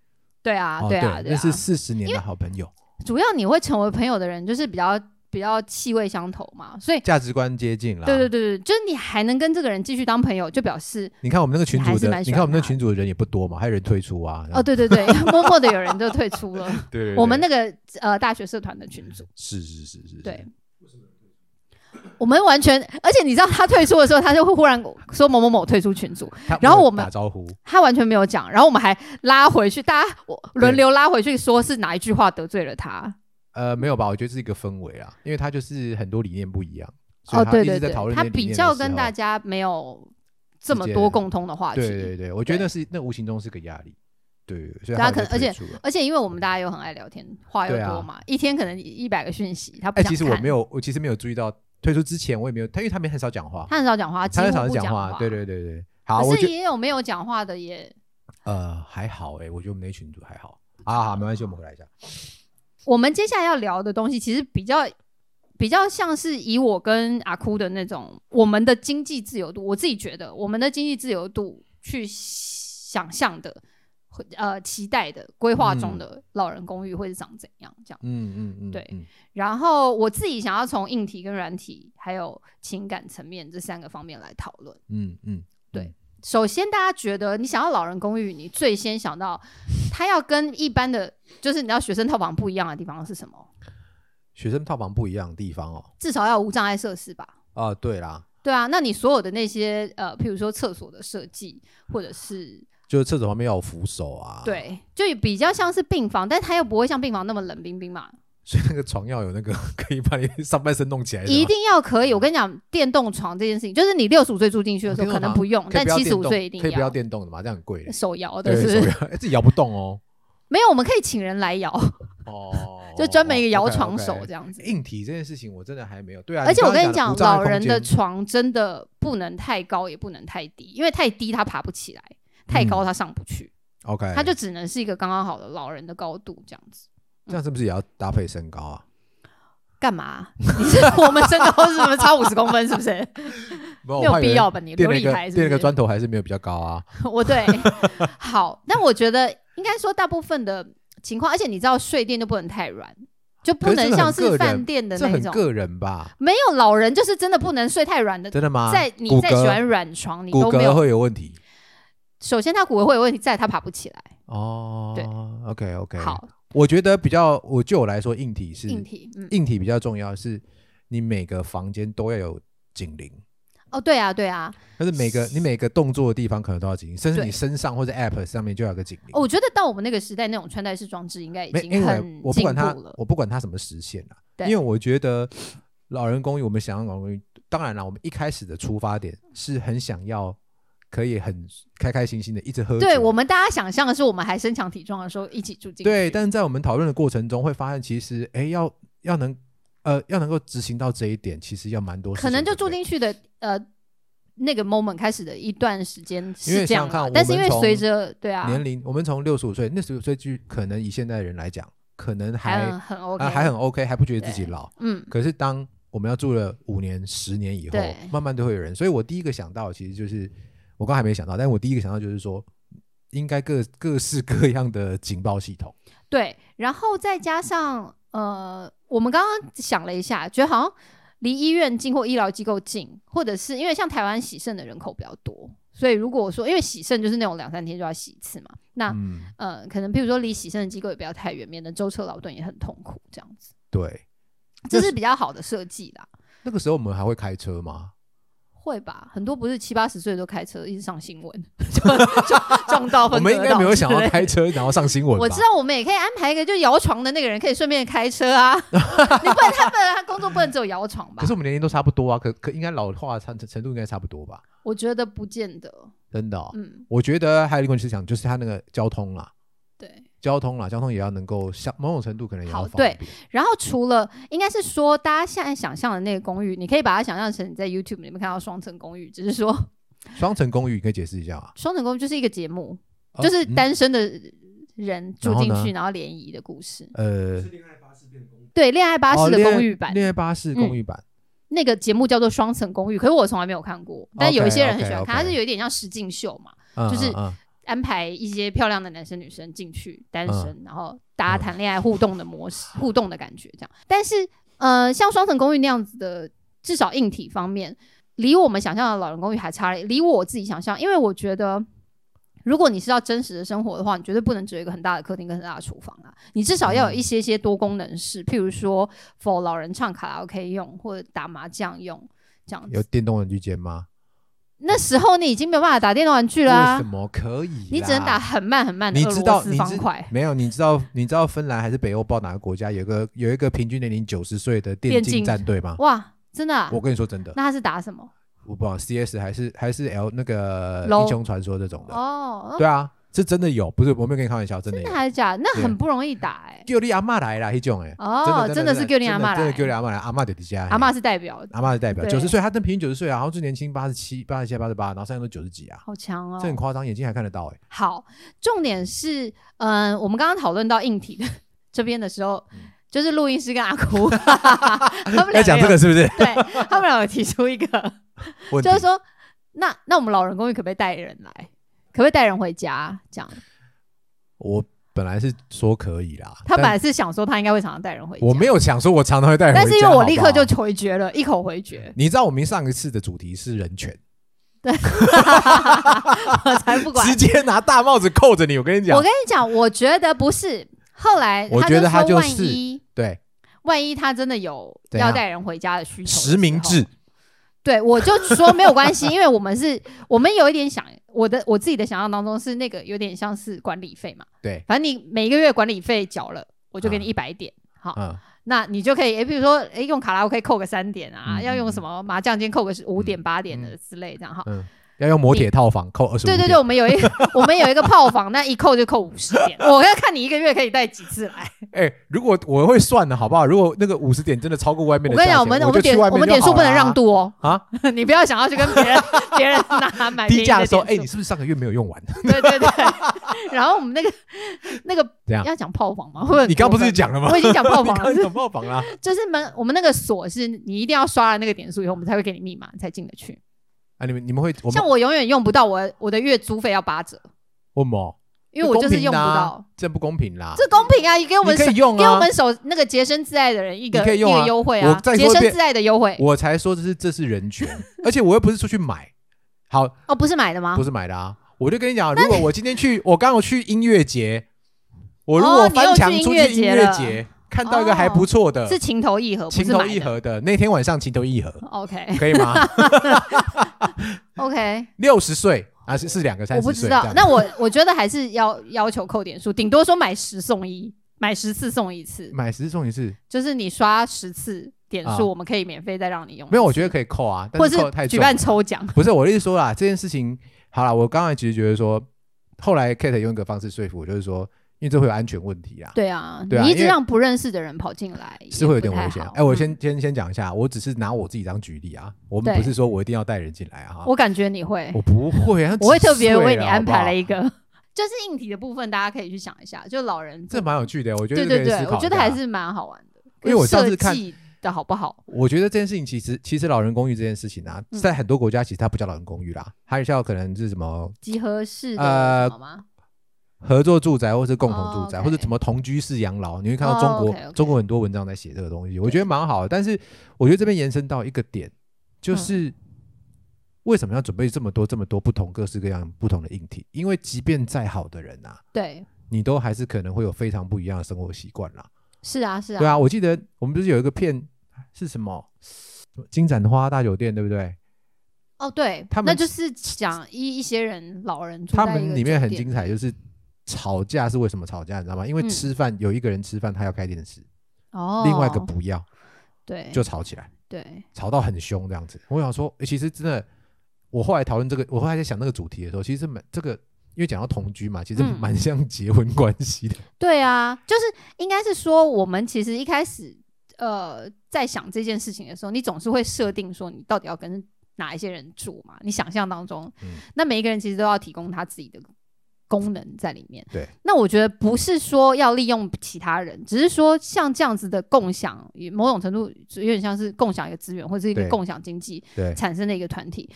Speaker 2: 对啊，
Speaker 1: 哦
Speaker 2: 对啊，对
Speaker 1: 认
Speaker 2: 啊。
Speaker 1: 识四十年的好朋友。
Speaker 2: 主要你会成为朋友的人，就是比较比较气味相投嘛，所以
Speaker 1: 价值观接近啦。
Speaker 2: 对对对对，就是你还能跟这个人继续当朋友，就表示
Speaker 1: 你看我们那个群
Speaker 2: 你
Speaker 1: 主
Speaker 2: 还是
Speaker 1: 的，
Speaker 2: 蛮
Speaker 1: 你
Speaker 2: 喜欢
Speaker 1: 看我们那个群主的人也不多嘛，还有人退出啊。
Speaker 2: 哦，对对对， 默默的有人就退出了。
Speaker 1: 对对
Speaker 2: 我们那个呃大学社团的群组，
Speaker 1: 是是是是，
Speaker 2: 对。我们完全，而且你知道他退出的时候，他就会忽然说某某某退出群组，
Speaker 1: 他
Speaker 2: 然后
Speaker 1: 没有
Speaker 2: 我们
Speaker 1: 打招呼，
Speaker 2: 他完全没有讲，然后我们还拉回去，大家我轮流拉回去说是哪一句话得罪了他。
Speaker 1: 呃，没有吧？我觉得是一个氛围啊，因为他就是很多理念不一样，所以
Speaker 2: 哦，
Speaker 1: 他
Speaker 2: 对
Speaker 1: 一直
Speaker 2: 对
Speaker 1: 在讨
Speaker 2: 对，
Speaker 1: 论
Speaker 2: 他
Speaker 1: 这些理
Speaker 2: 比
Speaker 1: 念
Speaker 2: 较
Speaker 1: 的时
Speaker 2: 跟
Speaker 1: 候
Speaker 2: 大家没有这
Speaker 1: 之
Speaker 2: 么
Speaker 1: 间
Speaker 2: 多共通的话
Speaker 1: 对对
Speaker 2: 题，
Speaker 1: 对，我觉得
Speaker 2: 对
Speaker 1: 那是那无形中是个压力，对，所以
Speaker 2: 大家
Speaker 1: 后来
Speaker 2: 可能
Speaker 1: 就
Speaker 2: 而
Speaker 1: 退出了
Speaker 2: 而且因为我们大家又很爱聊天，话又
Speaker 1: 对啊
Speaker 2: 多嘛，一天可能一百个讯息，他不
Speaker 1: 哎，
Speaker 2: 想看。
Speaker 1: 其实我没有，我其实没有注意到退出之前，我也没有，他因为他们很少讲话，
Speaker 2: 他很少讲话，
Speaker 1: 他很
Speaker 2: 几乎
Speaker 1: 少
Speaker 2: 不
Speaker 1: 讲
Speaker 2: 话，
Speaker 1: 对对对对。好，啊我
Speaker 2: 可
Speaker 1: 觉
Speaker 2: 是
Speaker 1: 得
Speaker 2: 也有没有讲话的也，
Speaker 1: 呃还好哎，我觉得我们那群主还好啊，好没关系，我们回来一下。
Speaker 2: 我们接下来要聊的东西，其实比较比较像是以我跟阿哭的那种，我们的经济自由度，我自己觉得我们的经济自由度去想象的，会呃，期待的规划中的老人公寓会是长怎样这样。
Speaker 1: 嗯嗯嗯，
Speaker 2: 对
Speaker 1: 嗯
Speaker 2: 然后我自己想要从硬体跟软体，还有情感层面这三个方面来讨论。
Speaker 1: 嗯嗯，
Speaker 2: 首先，大家觉得你想要老人公寓，你最先想到 它要跟一般的，就是你知道学生套房不一样的地方是什么？
Speaker 1: 学生套房不一样的地方哦。
Speaker 2: 至少要有无障碍设施吧？
Speaker 1: 啊，对啦，
Speaker 2: 对啊，那你所有的那些呃，譬如说厕所的设计，或者是
Speaker 1: 就是厕所旁边要有扶手啊，，
Speaker 2: 对，就比较像是病房，但它又不会像病房那么冷冰冰嘛，
Speaker 1: 所以那个床要有那个 可以把你上半身弄起来的吗，
Speaker 2: 一定要可以。我跟你讲，电动床这件事情，就是你六十五岁住进去的时候
Speaker 1: 哦
Speaker 2: 可
Speaker 1: 电动
Speaker 2: 能
Speaker 1: 床
Speaker 2: 不用，
Speaker 1: 可以
Speaker 2: 但
Speaker 1: 不要
Speaker 2: 七
Speaker 1: 电
Speaker 2: 十
Speaker 1: 动，
Speaker 2: 五岁一定
Speaker 1: 可以不要电动的嘛，这样很贵嘞。
Speaker 2: 手摇的
Speaker 1: 对，
Speaker 2: 是
Speaker 1: 手
Speaker 2: 不是，
Speaker 1: 摇哎自己摇不动哦。
Speaker 2: 没有，我们可以请人来摇，
Speaker 1: 哦
Speaker 2: 就专门一个摇床
Speaker 1: OK，OK
Speaker 2: 手这样子。
Speaker 1: 硬体这件事情我真的还没有，对啊。
Speaker 2: 而且我跟
Speaker 1: 你
Speaker 2: 你讲
Speaker 1: 刚，刚
Speaker 2: 老
Speaker 1: 无障碍
Speaker 2: 人
Speaker 1: 空
Speaker 2: 的
Speaker 1: 间
Speaker 2: 床真的不能太高，也不能太低，因为太低他爬不起来，太
Speaker 1: 嗯
Speaker 2: 高他上不去，
Speaker 1: OK，
Speaker 2: 他就只能是一个刚刚好的老人的高度这样子。
Speaker 1: 这样是不是也要搭配身高啊？
Speaker 2: 干嘛？啊 你是我们身高是什么差五十公分是不是？
Speaker 1: 没
Speaker 2: 没有必要。吧？你
Speaker 1: 垫
Speaker 2: 琉
Speaker 1: 了一
Speaker 2: 璃
Speaker 1: 个
Speaker 2: 台是
Speaker 1: 垫了
Speaker 2: 不
Speaker 1: 个
Speaker 2: 是？
Speaker 1: 砖头还是没有比较高啊？
Speaker 2: 我对，好，但我觉得应该说大部分的情况，而且你知道睡垫就不能太软，就不能像
Speaker 1: 可是这个很个人
Speaker 2: 是饭店的
Speaker 1: 这
Speaker 2: 那
Speaker 1: 很
Speaker 2: 种。
Speaker 1: 个人吧？
Speaker 2: 没有老人就是真的不能睡太软的，
Speaker 1: 真的吗？
Speaker 2: 在
Speaker 1: 骨
Speaker 2: 你再喜
Speaker 1: 骼
Speaker 2: 欢软床，你
Speaker 1: 骨
Speaker 2: 都没
Speaker 1: 骼
Speaker 2: 有。
Speaker 1: 会有问题
Speaker 2: 首先他骨骼会有问题，再来他爬不起来。
Speaker 1: 哦。
Speaker 2: 对
Speaker 1: ，OK OK。，
Speaker 2: 好，
Speaker 1: 我觉得比较，我就我来说，硬体是
Speaker 2: 硬体，嗯，
Speaker 1: 硬体比较重要，是你每个房间都要有警铃。
Speaker 2: 哦，对啊，对啊，
Speaker 1: 但是每个你每个动作的地方可能都要警铃，甚至
Speaker 2: 对
Speaker 1: 你身上或者 App 上面就要有个警铃。
Speaker 2: 哦我觉得到我们那个时代，那种穿戴式装置应该已
Speaker 1: 没，
Speaker 2: 经
Speaker 1: 因为
Speaker 2: 很
Speaker 1: 我不
Speaker 2: 进
Speaker 1: 管它
Speaker 2: 步了，。
Speaker 1: 我不管它什么时限啦、
Speaker 2: 对
Speaker 1: 因为我觉得老人公寓，我们想要老人公寓，当然啦，我们一开始的出发点是很想要可以很开开心心的一直喝酒，
Speaker 2: 对我们大家想象的是，我们还身强体壮的时候一起住进去。
Speaker 1: 对，但是在我们讨论的过程中会发现，其实哎，要要能呃要能够执行到这一点，其实要蛮多事情
Speaker 2: 可
Speaker 1: 准备，
Speaker 2: 能就住进去的呃那个 moment 开始的一段时间
Speaker 1: 因
Speaker 2: 是
Speaker 1: 为
Speaker 2: 这样
Speaker 1: 想想看
Speaker 2: 啊
Speaker 1: 我，
Speaker 2: 但是因
Speaker 1: 们
Speaker 2: 为
Speaker 1: 从
Speaker 2: 随着对啊，
Speaker 1: 年龄，我们从六十五岁，那十五岁就可能以现在的人来讲，可能还
Speaker 2: 还很很 OK，
Speaker 1: 啊还很 OK，还不觉得自己老。
Speaker 2: 嗯
Speaker 1: 可是当我们要住了五年、十年以后
Speaker 2: 对，
Speaker 1: 慢慢都会有人。所以我第一个想到的其实就是，我刚还没想到，但我第一个想到就是说，应该各各式各样的警报系统。
Speaker 2: 对，然后再加上呃，我们刚刚想了一下，觉得好像离医院近或医疗机构近，或者是因为像台湾洗肾的人口比较多，所以如果说因为洗肾就是那种两三天就要洗一次嘛，那、
Speaker 1: 嗯，
Speaker 2: 呃可能譬如说离洗肾的机构也不要太远，免得舟车劳顿也很痛苦这样子，
Speaker 1: 对。
Speaker 2: 这
Speaker 1: 那
Speaker 2: 是比较好的设计啦。
Speaker 1: 那个时候我们还会开车吗？
Speaker 2: 会吧，很多不是七八十岁都开车，一直上新闻， 就就撞到
Speaker 1: 我
Speaker 2: 分
Speaker 1: 们应
Speaker 2: 隔
Speaker 1: 该没有
Speaker 2: 岛
Speaker 1: 想要
Speaker 2: 之类
Speaker 1: 开车，然后上新闻吧。
Speaker 2: 哦我知道我们也可以安排一个，就摇床的那个人可以顺便开车 啊。你不能他不能他工作不能只有摇床吧
Speaker 1: 可是？我们年龄都差不多啊，可可应该老化程程度应该差不多吧？
Speaker 2: 我觉得不见得，
Speaker 1: 真的、哦，
Speaker 2: 嗯，
Speaker 1: 我觉得还有一个就是想，就是它那个交通啦，
Speaker 2: 对。
Speaker 1: 交通啦，交通也要能够像某种程度可能也要
Speaker 2: 好
Speaker 1: 方便。
Speaker 2: 然后除了应该是说，大家现在想象的那个公寓，你可以把它想象成你在 YouTube 里面看到双层公寓，只是说
Speaker 1: 双层公寓，你可以解释一下吗？
Speaker 2: 双层公寓就是一个节目，
Speaker 1: 哦
Speaker 2: 就是
Speaker 1: 嗯
Speaker 2: 单身的人住
Speaker 1: 然后
Speaker 2: 进
Speaker 1: 呢
Speaker 2: 去然后联谊的故事。
Speaker 1: 呃，
Speaker 2: 对，恋爱巴
Speaker 1: 哦
Speaker 2: 士的
Speaker 1: 恋爱
Speaker 2: 公寓版，嗯
Speaker 1: 恋爱巴士公寓版，
Speaker 2: 那个节目叫做《双层公寓》，可是我从来没有看过，但有一些人很喜欢看，它
Speaker 1: 哦 OK，OK，OK
Speaker 2: 是有一点像实境秀嘛，
Speaker 1: 嗯
Speaker 2: 就是
Speaker 1: 嗯嗯
Speaker 2: 安排一些漂亮的男生女生进去单身，然后大家谈恋爱互动的模式、互动的感觉这样。但是呃，像双层公寓那样子的，至少硬体方面，离我们想象的老人公寓还差了，离我自己想象，因为我觉得。如果你是要真实的生活的话，你绝对不能只有一个很大的客厅跟很大的厨房啊，你至少要有一些些多功能室，譬如说否老人唱卡拉 OK 用，或者打麻将用这样
Speaker 1: 有
Speaker 2: 子。
Speaker 1: 电动玩具间吗？
Speaker 2: 那时候你已经没有办法打电动玩具啦、啊
Speaker 1: 为什么可以啦？
Speaker 2: 你只能打很慢很慢的
Speaker 1: 你
Speaker 2: 俄
Speaker 1: 知
Speaker 2: 罗
Speaker 1: 道
Speaker 2: 斯
Speaker 1: 你
Speaker 2: 方
Speaker 1: 知
Speaker 2: 块
Speaker 1: 没有？你知道你知道芬兰还是北欧报哪个国家有一个有一个平均年龄九十岁的电
Speaker 2: 电
Speaker 1: 竞
Speaker 2: 竞
Speaker 1: 战队吗？
Speaker 2: 哇，真的、啊？
Speaker 1: 我跟你说真的，
Speaker 2: 那他是打什么？
Speaker 1: 我不知道 CS 还是还是 L 那个
Speaker 2: LOL
Speaker 1: 英雄传说这种的。
Speaker 2: 哦，
Speaker 1: 对啊，是真的有，不是我没有跟你开玩笑，真的
Speaker 2: 真
Speaker 1: 有
Speaker 2: 的。还是假的？那
Speaker 1: 对
Speaker 2: 很不容易打哎、
Speaker 1: 叫你阿嬷来啦，那种哎。
Speaker 2: 哦，
Speaker 1: 真
Speaker 2: 的
Speaker 1: 的
Speaker 2: 是救你阿
Speaker 1: 真的
Speaker 2: 妈
Speaker 1: 真
Speaker 2: 来
Speaker 1: 的，叫你阿嬷来，阿嬷就底下。
Speaker 2: 阿妈是代表，
Speaker 1: 阿嬷是代表，
Speaker 2: 对
Speaker 1: 九十岁，她登平均九十岁啊，然后最年轻八十七、八十七、八十八，然后现在都九十几啊，
Speaker 2: 好强哦
Speaker 1: 这。很夸张，眼睛还看得到哎。
Speaker 2: 好，重点是，嗯、我们刚刚讨论到硬体的这边的时候，就是录音师跟阿 哭，他们
Speaker 1: 要
Speaker 2: 俩
Speaker 1: 嗯讲这个，是不是？
Speaker 2: 对他们俩有提出一个，
Speaker 1: 问题
Speaker 2: 就是说，那那我们老人公寓可不可以带人来？可不可以带人回家？这样，
Speaker 1: 我本来是说可以啦，
Speaker 2: 他本
Speaker 1: 但
Speaker 2: 来是想说他应该会常常带人回家，
Speaker 1: 我没有想说我常常会带人回家，
Speaker 2: 但是因为我立刻就
Speaker 1: 好不好，
Speaker 2: 回绝了，一口回绝
Speaker 1: 你知道我们上一次的主题是人权，
Speaker 2: 我才不管
Speaker 1: 直。接拿大帽子扣着你，我跟你讲，
Speaker 2: 我跟你讲，我觉得不是。后来
Speaker 1: 我觉得他
Speaker 2: 他
Speaker 1: 就
Speaker 2: 说，万
Speaker 1: 是
Speaker 2: 一
Speaker 1: 对
Speaker 2: 万一他真的有
Speaker 1: 怎样
Speaker 2: 要带人回家的需求，
Speaker 1: 实名制，，
Speaker 2: 对，我就说没有关系，因为我们是， 我们有一点想，我的我自己的想象当中是那个有点像是管理费嘛，
Speaker 1: 对，
Speaker 2: 反正你每个月管理费缴了，我就给你
Speaker 1: 嗯
Speaker 2: 一百点，好，
Speaker 1: 嗯，
Speaker 2: 那你就可以，诶，比如说，诶，用卡拉 OK 扣个三点啊，
Speaker 1: 嗯
Speaker 2: 要用什么麻将间扣个五点八点
Speaker 1: 嗯
Speaker 2: 的之类，这样哈。
Speaker 1: 要用摩铁套房扣二十五，
Speaker 2: 对对对，，我们有一我们有一个 炮房，那一扣就扣五十 点，我要看你一个月可以带几次来。
Speaker 1: 哎，如果我会算的好不好？如果那个五十点真的超过外面
Speaker 2: 我
Speaker 1: 的
Speaker 2: 跟
Speaker 1: 价钱，
Speaker 2: 你讲，
Speaker 1: 我
Speaker 2: 我们我们
Speaker 1: 就去
Speaker 2: 点
Speaker 1: 外
Speaker 2: 我
Speaker 1: 面
Speaker 2: 们点
Speaker 1: 就好
Speaker 2: 数不
Speaker 1: 啦
Speaker 2: 能让渡哦，
Speaker 1: 啊，
Speaker 2: 你不要想要去跟别人别人拿买便宜
Speaker 1: 低价的时候，
Speaker 2: 点
Speaker 1: 哎，
Speaker 2: 数
Speaker 1: 你是不是上个月没有用 完？
Speaker 2: 对对对， 然后我们那个那个
Speaker 1: 怎样
Speaker 2: 要讲炮房吗？会不会
Speaker 1: 你刚不是
Speaker 2: 很过
Speaker 1: 讲了吗
Speaker 2: 分？我？已经讲炮
Speaker 1: 你
Speaker 2: 房
Speaker 1: 刚
Speaker 2: 了，
Speaker 1: 讲爆房 啦！
Speaker 2: 就是门我们那个锁是你一定要刷了那个点数以后，我们才会给你密码，你才进得去。
Speaker 1: 啊，你们你们会我们
Speaker 2: 像我永远用不到我我的月租费要八折，
Speaker 1: 问么？
Speaker 2: 因为我就是用不
Speaker 1: 公平
Speaker 2: 到
Speaker 1: 啦，，这不公平啦！
Speaker 2: 这公平啊！也给我们
Speaker 1: 你可
Speaker 2: 手
Speaker 1: 以用
Speaker 2: 给我
Speaker 1: 啊，
Speaker 2: 们手那个洁身自爱的人一
Speaker 1: 你
Speaker 2: 个
Speaker 1: 可以
Speaker 2: 一
Speaker 1: 用啊
Speaker 2: 个优惠
Speaker 1: 我
Speaker 2: 啊，
Speaker 1: 再说
Speaker 2: 洁
Speaker 1: 一
Speaker 2: 身
Speaker 1: 遍
Speaker 2: 自爱的优惠
Speaker 1: 我才说这是这是人 权，而且我又不是出去买，好，
Speaker 2: 哦，不是买的吗
Speaker 1: 不？是买的啊。我就跟你讲，如果我今天去，我刚好去音乐节，我如果
Speaker 2: 哦你又
Speaker 1: 翻墙
Speaker 2: 去音
Speaker 1: 出
Speaker 2: 乐
Speaker 1: 去音
Speaker 2: 节
Speaker 1: 乐
Speaker 2: 了
Speaker 1: 节，看到一个还不错的，
Speaker 2: 是情投意合，不
Speaker 1: 情
Speaker 2: 是
Speaker 1: 投
Speaker 2: 买
Speaker 1: 意
Speaker 2: 的。
Speaker 1: 合的。那天晚上情投意 合，
Speaker 2: OK
Speaker 1: 可以吗？
Speaker 2: OK，
Speaker 1: 六十岁啊，是是两个三
Speaker 2: 我
Speaker 1: 十
Speaker 2: 不
Speaker 1: 岁
Speaker 2: 知
Speaker 1: 这
Speaker 2: 道
Speaker 1: 样，。
Speaker 2: 那我我觉得还是要要求扣点数，顶多说买十送一，买十次送一次，
Speaker 1: 买十送一次，
Speaker 2: 就是你刷十次点
Speaker 1: 嗯啊
Speaker 2: 数，我们可以免费再让你用一次。
Speaker 1: 没有，我觉得可以扣啊，但
Speaker 2: 或
Speaker 1: 是扣得太
Speaker 2: 是举
Speaker 1: 重
Speaker 2: 办
Speaker 1: 了
Speaker 2: 抽奖，
Speaker 1: 不是我的意思说啦，这件事情好啦，我刚才其实觉得说，后来 Kate 用一个方式说服我，就是说，因为这会有安全问题啊，
Speaker 2: 对啊，
Speaker 1: 对啊
Speaker 2: 你一
Speaker 1: 因
Speaker 2: 直
Speaker 1: 为
Speaker 2: 让不认识的人跑进来
Speaker 1: 是会有点危险啊。哎、我、
Speaker 2: 也
Speaker 1: 先先先讲一下，我只是拿我自己当举例啊，我们
Speaker 2: 对
Speaker 1: 不是说我一定要带人进来啊
Speaker 2: 不太好，我感觉你会
Speaker 1: 我，不会啊，
Speaker 2: 我会
Speaker 1: 几岁
Speaker 2: 特别为你
Speaker 1: 了
Speaker 2: 安排了
Speaker 1: 好不好
Speaker 2: 一个， 就是硬体的部分，大家可以去想一下，就老人
Speaker 1: 这蛮有趣的，我觉得这
Speaker 2: 对
Speaker 1: 可以
Speaker 2: 对
Speaker 1: 思
Speaker 2: 对
Speaker 1: 考一，下
Speaker 2: 我觉得还，是蛮好玩的，
Speaker 1: 因为我上次
Speaker 2: 设
Speaker 1: 看
Speaker 2: 计的好不好？
Speaker 1: 我觉得这件事情其实其实老人公寓这件事情啊，
Speaker 2: 嗯
Speaker 1: 在很多国家其实它不叫老人公寓啦，它叫可能是什么
Speaker 2: 集合式的
Speaker 1: 呃
Speaker 2: 什么吗？
Speaker 1: 合作住宅，或是共同住宅，
Speaker 2: 哦，OK
Speaker 1: 或者什么同居式养老，你会看到中国、
Speaker 2: 哦，OK，OK
Speaker 1: 中国很多文章在写这个东西，我觉得蛮好的。但是我觉得这边延伸到一个点，
Speaker 2: 嗯
Speaker 1: 就是为什么要准备这么多这么多不同各式各样不同的硬体？因为即便再好的人啊，
Speaker 2: 对，
Speaker 1: 你都还是可能会有非常不一样的生活习惯啦。
Speaker 2: 是啊是啊，
Speaker 1: 对啊，我记得我们不是有一个片是什么？金盏花大酒店对不对？
Speaker 2: 哦，对，
Speaker 1: 他们
Speaker 2: 那就是讲一一些人老人住
Speaker 1: 他
Speaker 2: 在一
Speaker 1: 们
Speaker 2: 个
Speaker 1: 里面
Speaker 2: 酒
Speaker 1: 很
Speaker 2: 店
Speaker 1: 精彩，就是吵架是为什么吵架，你知道吗？因为
Speaker 2: 嗯
Speaker 1: 吃饭、有一个人吃饭，他要开电视，
Speaker 2: 哦，
Speaker 1: 另外一个不要，
Speaker 2: 对，
Speaker 1: 就吵起来，
Speaker 2: 对
Speaker 1: 吵到很凶这样子。我想说，欸其实真的，我后来讨论这个，我后来在想那个主题的时候，其实蛮这个，因为讲到同居嘛，其实
Speaker 2: 嗯
Speaker 1: 蛮像结婚关系 的。
Speaker 2: 对啊，就是应该是说我们其实一开始呃在想这件事情的时候，你总是会设定说你到底要跟哪一些人住嘛？你想象当中，
Speaker 1: 嗯
Speaker 2: 那每一个人其实都要提供他自己的。功能在里面。
Speaker 1: 对，
Speaker 2: 那我觉得不是说要利用其他人，只是说像这样子的共享，也某种程度有点像是共享一个资源或者是一个
Speaker 1: 对
Speaker 2: 共享经济。
Speaker 1: 对，
Speaker 2: 产生的一个团体。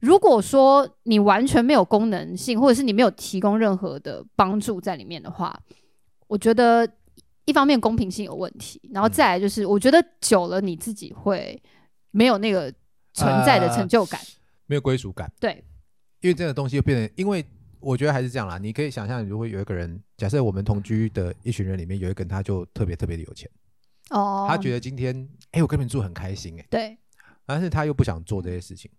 Speaker 2: 如果说你完全没有功能性，或者是你没有提供任何的帮助在里面的话，我觉得一方面公平性有问题，然后再来就是我觉得久了你自己会没有那个存在的成就感，
Speaker 1: 没有归属感。
Speaker 2: 对，
Speaker 1: 因为这个东西又变成，因为我觉得还是这样啦。你可以想象，如果有一个人，假设我们同居的一群人里面有一个人，他就特别特别的有钱，
Speaker 2: 哦，
Speaker 1: 呃他觉
Speaker 2: 得
Speaker 1: 得今天，哎，我跟你们住很开心，哎，
Speaker 2: 对，
Speaker 1: 但是他又不想做这些事情，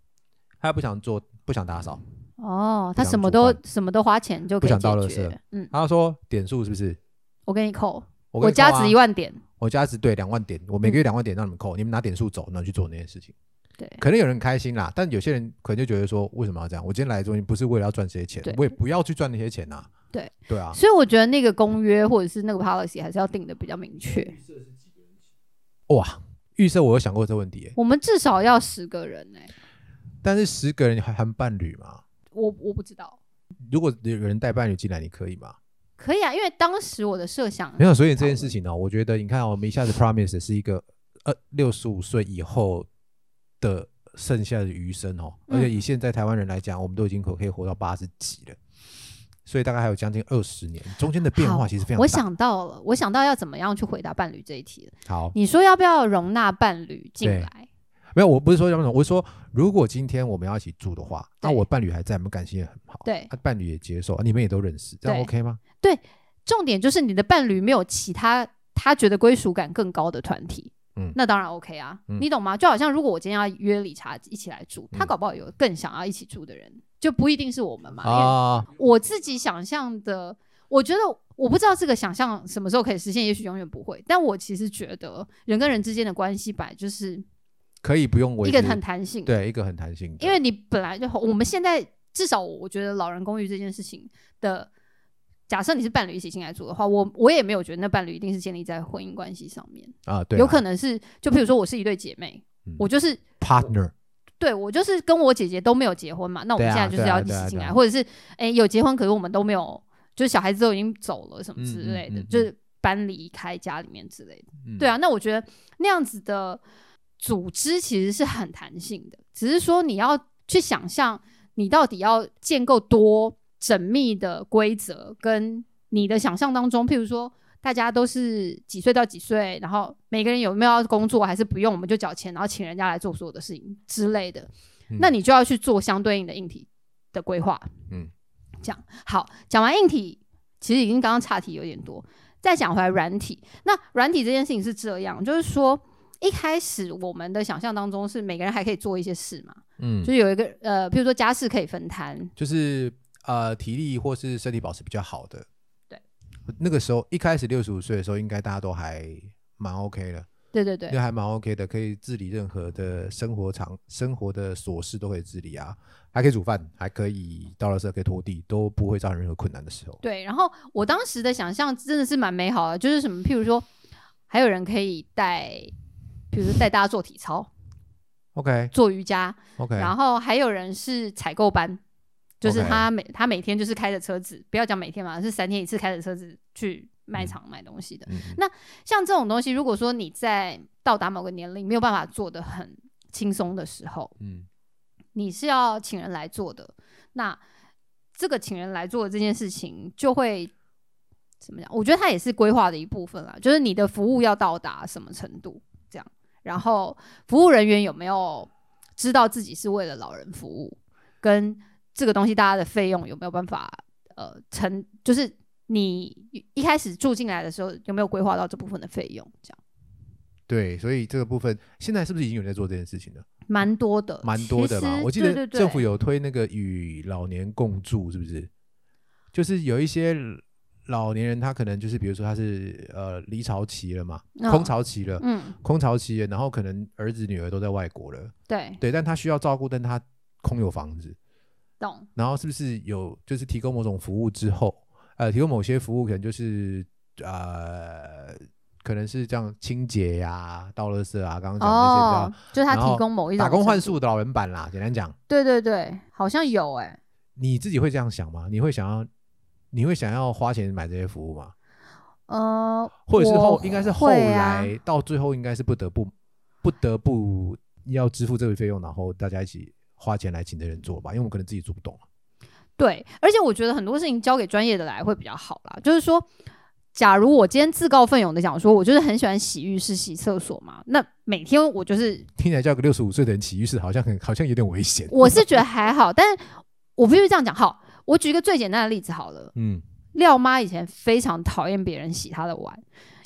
Speaker 1: 他又不想做，不想打扫，
Speaker 2: 哦，他
Speaker 1: 想
Speaker 2: 什么
Speaker 1: 煮
Speaker 2: 都
Speaker 1: 饭
Speaker 2: 什么都花钱就
Speaker 1: 不
Speaker 2: 可以
Speaker 1: 想倒
Speaker 2: 解
Speaker 1: 垃圾
Speaker 2: 决，嗯，
Speaker 1: 他说点数是不是？
Speaker 2: 我给你扣，
Speaker 1: 我
Speaker 2: 我
Speaker 1: 跟你
Speaker 2: 价
Speaker 1: 扣啊
Speaker 2: 值一，万点，
Speaker 1: 我加值对两万点，我每
Speaker 2: 嗯
Speaker 1: 个月两万点让你们扣，你们拿点数走，然后去做那些事情。
Speaker 2: 对
Speaker 1: 可能有人开心啦，但有些人可能就觉得说，为什么要这样？我今天来做，不是为了要赚这些钱
Speaker 2: 对，
Speaker 1: 我也不要去赚那些钱呐、啊。
Speaker 2: 对
Speaker 1: 对啊，
Speaker 2: 所以我觉得那个公约或者是那个 policy 还是要定的比较明确，
Speaker 1: 哇，预设我有想过这问题耶，
Speaker 2: 我们至少要十个人哎、
Speaker 1: 但是十个人还含伴侣嘛？
Speaker 2: 我我不知道，
Speaker 1: 如果有人带伴侣进来，你可以吗？
Speaker 2: 可以啊，因为当时我的设想
Speaker 1: 没有，所以这件事情呢、我觉得你看、哦，我们一下子 promise 是一个呃六十五岁以后的剩下的余生哦，
Speaker 2: 嗯
Speaker 1: 而且以现在台湾人来讲，我们都已经可可以活到八十几了，所以大概还有将近二十年，中间的变
Speaker 2: 好
Speaker 1: 化其实非常大。
Speaker 2: 我想到了，我想到要怎么样去回答伴侣这一题了。
Speaker 1: 好，
Speaker 2: 你说要不要容纳伴侣进
Speaker 1: 对
Speaker 2: 来？
Speaker 1: 没有，我不是说要那种，我是说如果今天我们要一起住的话，那
Speaker 2: 对
Speaker 1: 我伴侣还在，我们感情也很好，
Speaker 2: 对
Speaker 1: 啊，伴侣也接受，啊你们也都认识，这样
Speaker 2: 对
Speaker 1: OK 吗？
Speaker 2: 重点就是你的伴侣没有其他他觉得归属感更高的团体，
Speaker 1: 嗯
Speaker 2: 那当然 OK 啊，
Speaker 1: 嗯
Speaker 2: 你懂吗？就好像如果我今天要约理查一起来住，他
Speaker 1: 嗯
Speaker 2: 搞不好有更想要一起住的人，就不一定是我们嘛。因为
Speaker 1: 啊，
Speaker 2: 我自己想象的，我觉得我不知道这个想象什么时候可以实现，也许永远不会。但我其实觉得人跟人之间的关系本来就是
Speaker 1: 可以不用维
Speaker 2: 一
Speaker 1: 持
Speaker 2: 个很弹性，，
Speaker 1: 对一个很弹性的，
Speaker 2: 因为你本来就我们现在至少我觉得老人公寓这件事情的。假设你是伴侣一起进来住的话，我我也没有觉得那伴侣一定是建立在婚姻关系上面，
Speaker 1: 啊，对啊，
Speaker 2: 有可能是就比如说我是一对姐妹，
Speaker 1: 嗯
Speaker 2: 我就是
Speaker 1: partner
Speaker 2: 对我就是跟我姐姐都没有结婚嘛，那我们
Speaker 1: 对啊
Speaker 2: 现在就是
Speaker 1: 对啊
Speaker 2: 要一
Speaker 1: 对啊
Speaker 2: 起进
Speaker 1: 对啊
Speaker 2: 来，或者是哎有结婚，可是我们都没有，就是小孩子都已经走了什么
Speaker 1: 嗯
Speaker 2: 之
Speaker 1: 嗯
Speaker 2: 类的，
Speaker 1: 嗯
Speaker 2: 就是搬离开家里面之类的。
Speaker 1: 嗯
Speaker 2: 对啊，那我觉得那样子的组织其实是很弹性的，只是说你要去想象你到底要建构多缜密的规则，跟你的想象当中，譬如说。大家都是几岁到几岁，然后每个人有没有要工作，还是不用，我们就缴钱，然后请人家来做所有的事情之类的。
Speaker 1: 嗯
Speaker 2: 那你就要去做相对应的硬体的规划。
Speaker 1: 嗯，
Speaker 2: 这样好。讲完硬体，其实已经刚刚岔题有点多，再讲回来软体。那软体这件事情是这样，就是说一开始我们的想象当中是每个人还可以做一些事嘛，
Speaker 1: 嗯
Speaker 2: 就是有一个呃，譬如说家事可以分摊，
Speaker 1: 就是呃体力或是身体保持比较好的。
Speaker 2: 对，
Speaker 1: 那个时候一开始六十五岁的时候，应该大家都还蛮 OK 的，
Speaker 2: 对对
Speaker 1: 那
Speaker 2: 对，
Speaker 1: 还蛮 OK 的，可以治理任何的生活场生活的琐事都可以治理啊，还可以煮饭，还可以倒垃圾，可以拖地，都不会造成任何困难的时候。
Speaker 2: 对。然后我当时的想象真的是蛮美好的，就是什么，譬如说还有人可以带，比如说带大家做体操、
Speaker 1: OK
Speaker 2: 做瑜伽，
Speaker 1: OK，
Speaker 2: 然后还有人是采购班，就是
Speaker 1: OK
Speaker 2: 他每他每天就是开着车子，不要讲每天嘛，是三天一次开着车子去卖场买东西的。
Speaker 1: 嗯嗯
Speaker 2: 像这种东西，如果说你在到达某个年龄没有办法做的很轻松的时候，
Speaker 1: 嗯
Speaker 2: 你是要请人来做的。那这个请人来做的这件事情，就会怎么讲？我觉得它也是规划的一部分啦，就是你的服务要到达什么程度，这样，然后服务人员有没有知道自己是为了老人服务，跟这个东西大家的费用有没有办法呃承，就是你一开始住进来的时候有没有规划到这部分的费用，这样。
Speaker 1: 对，所以这个部分现在是不是已经有人在做这件事情了？
Speaker 2: 蛮多的，
Speaker 1: 蛮多的
Speaker 2: 其
Speaker 1: 嘛，
Speaker 2: 实
Speaker 1: 我记
Speaker 2: 对
Speaker 1: 得
Speaker 2: 对
Speaker 1: 政府
Speaker 2: 对
Speaker 1: 有推那个与老年共住，是不是？就是有一些老年人，他可能就是比如说他是呃离巢期了嘛，
Speaker 2: 嗯
Speaker 1: 空巢期了，
Speaker 2: 嗯，
Speaker 1: 空巢期了，然后可能儿子女儿都在外国了，
Speaker 2: 对，
Speaker 1: 对，但他需要照顾，但他空有房子，
Speaker 2: 懂，
Speaker 1: 然后是不是有就是提供某种服务之后，呃，提供某些服务可能就是呃。可能是这样清洁呀、倒垃圾啊，刚刚讲的那些比较、
Speaker 2: 哦，就是他
Speaker 1: 然后
Speaker 2: 提供某一种
Speaker 1: 打工换
Speaker 2: 程度
Speaker 1: 宿的老人版啦，简单讲，
Speaker 2: 对对对，好像有哎、
Speaker 1: 你自己会这样想吗？你会想要，你会想要花钱买这些服务吗？
Speaker 2: 呃，
Speaker 1: 或者是后
Speaker 2: 我
Speaker 1: 应该是后
Speaker 2: 会啊
Speaker 1: 来、到最后应该是不得不不得不要支付这个费用，然后大家一起花钱来请这人做吧，因为我们可能自己做不懂。啊
Speaker 2: 对，而且我觉得很多事情交给专业的来会比较好啦。就是说，假如我今天自告奋勇的讲说，我就是很喜欢洗浴室、洗厕所嘛，那每天我就是
Speaker 1: 听起来叫个六十五岁的人起浴室，好像很好像有点危险。
Speaker 2: 我是觉得还好，但是我必须这样讲。好，我举一个最简单的例子好了，
Speaker 1: 嗯，
Speaker 2: 廖妈以前非常讨厌别人洗她的碗，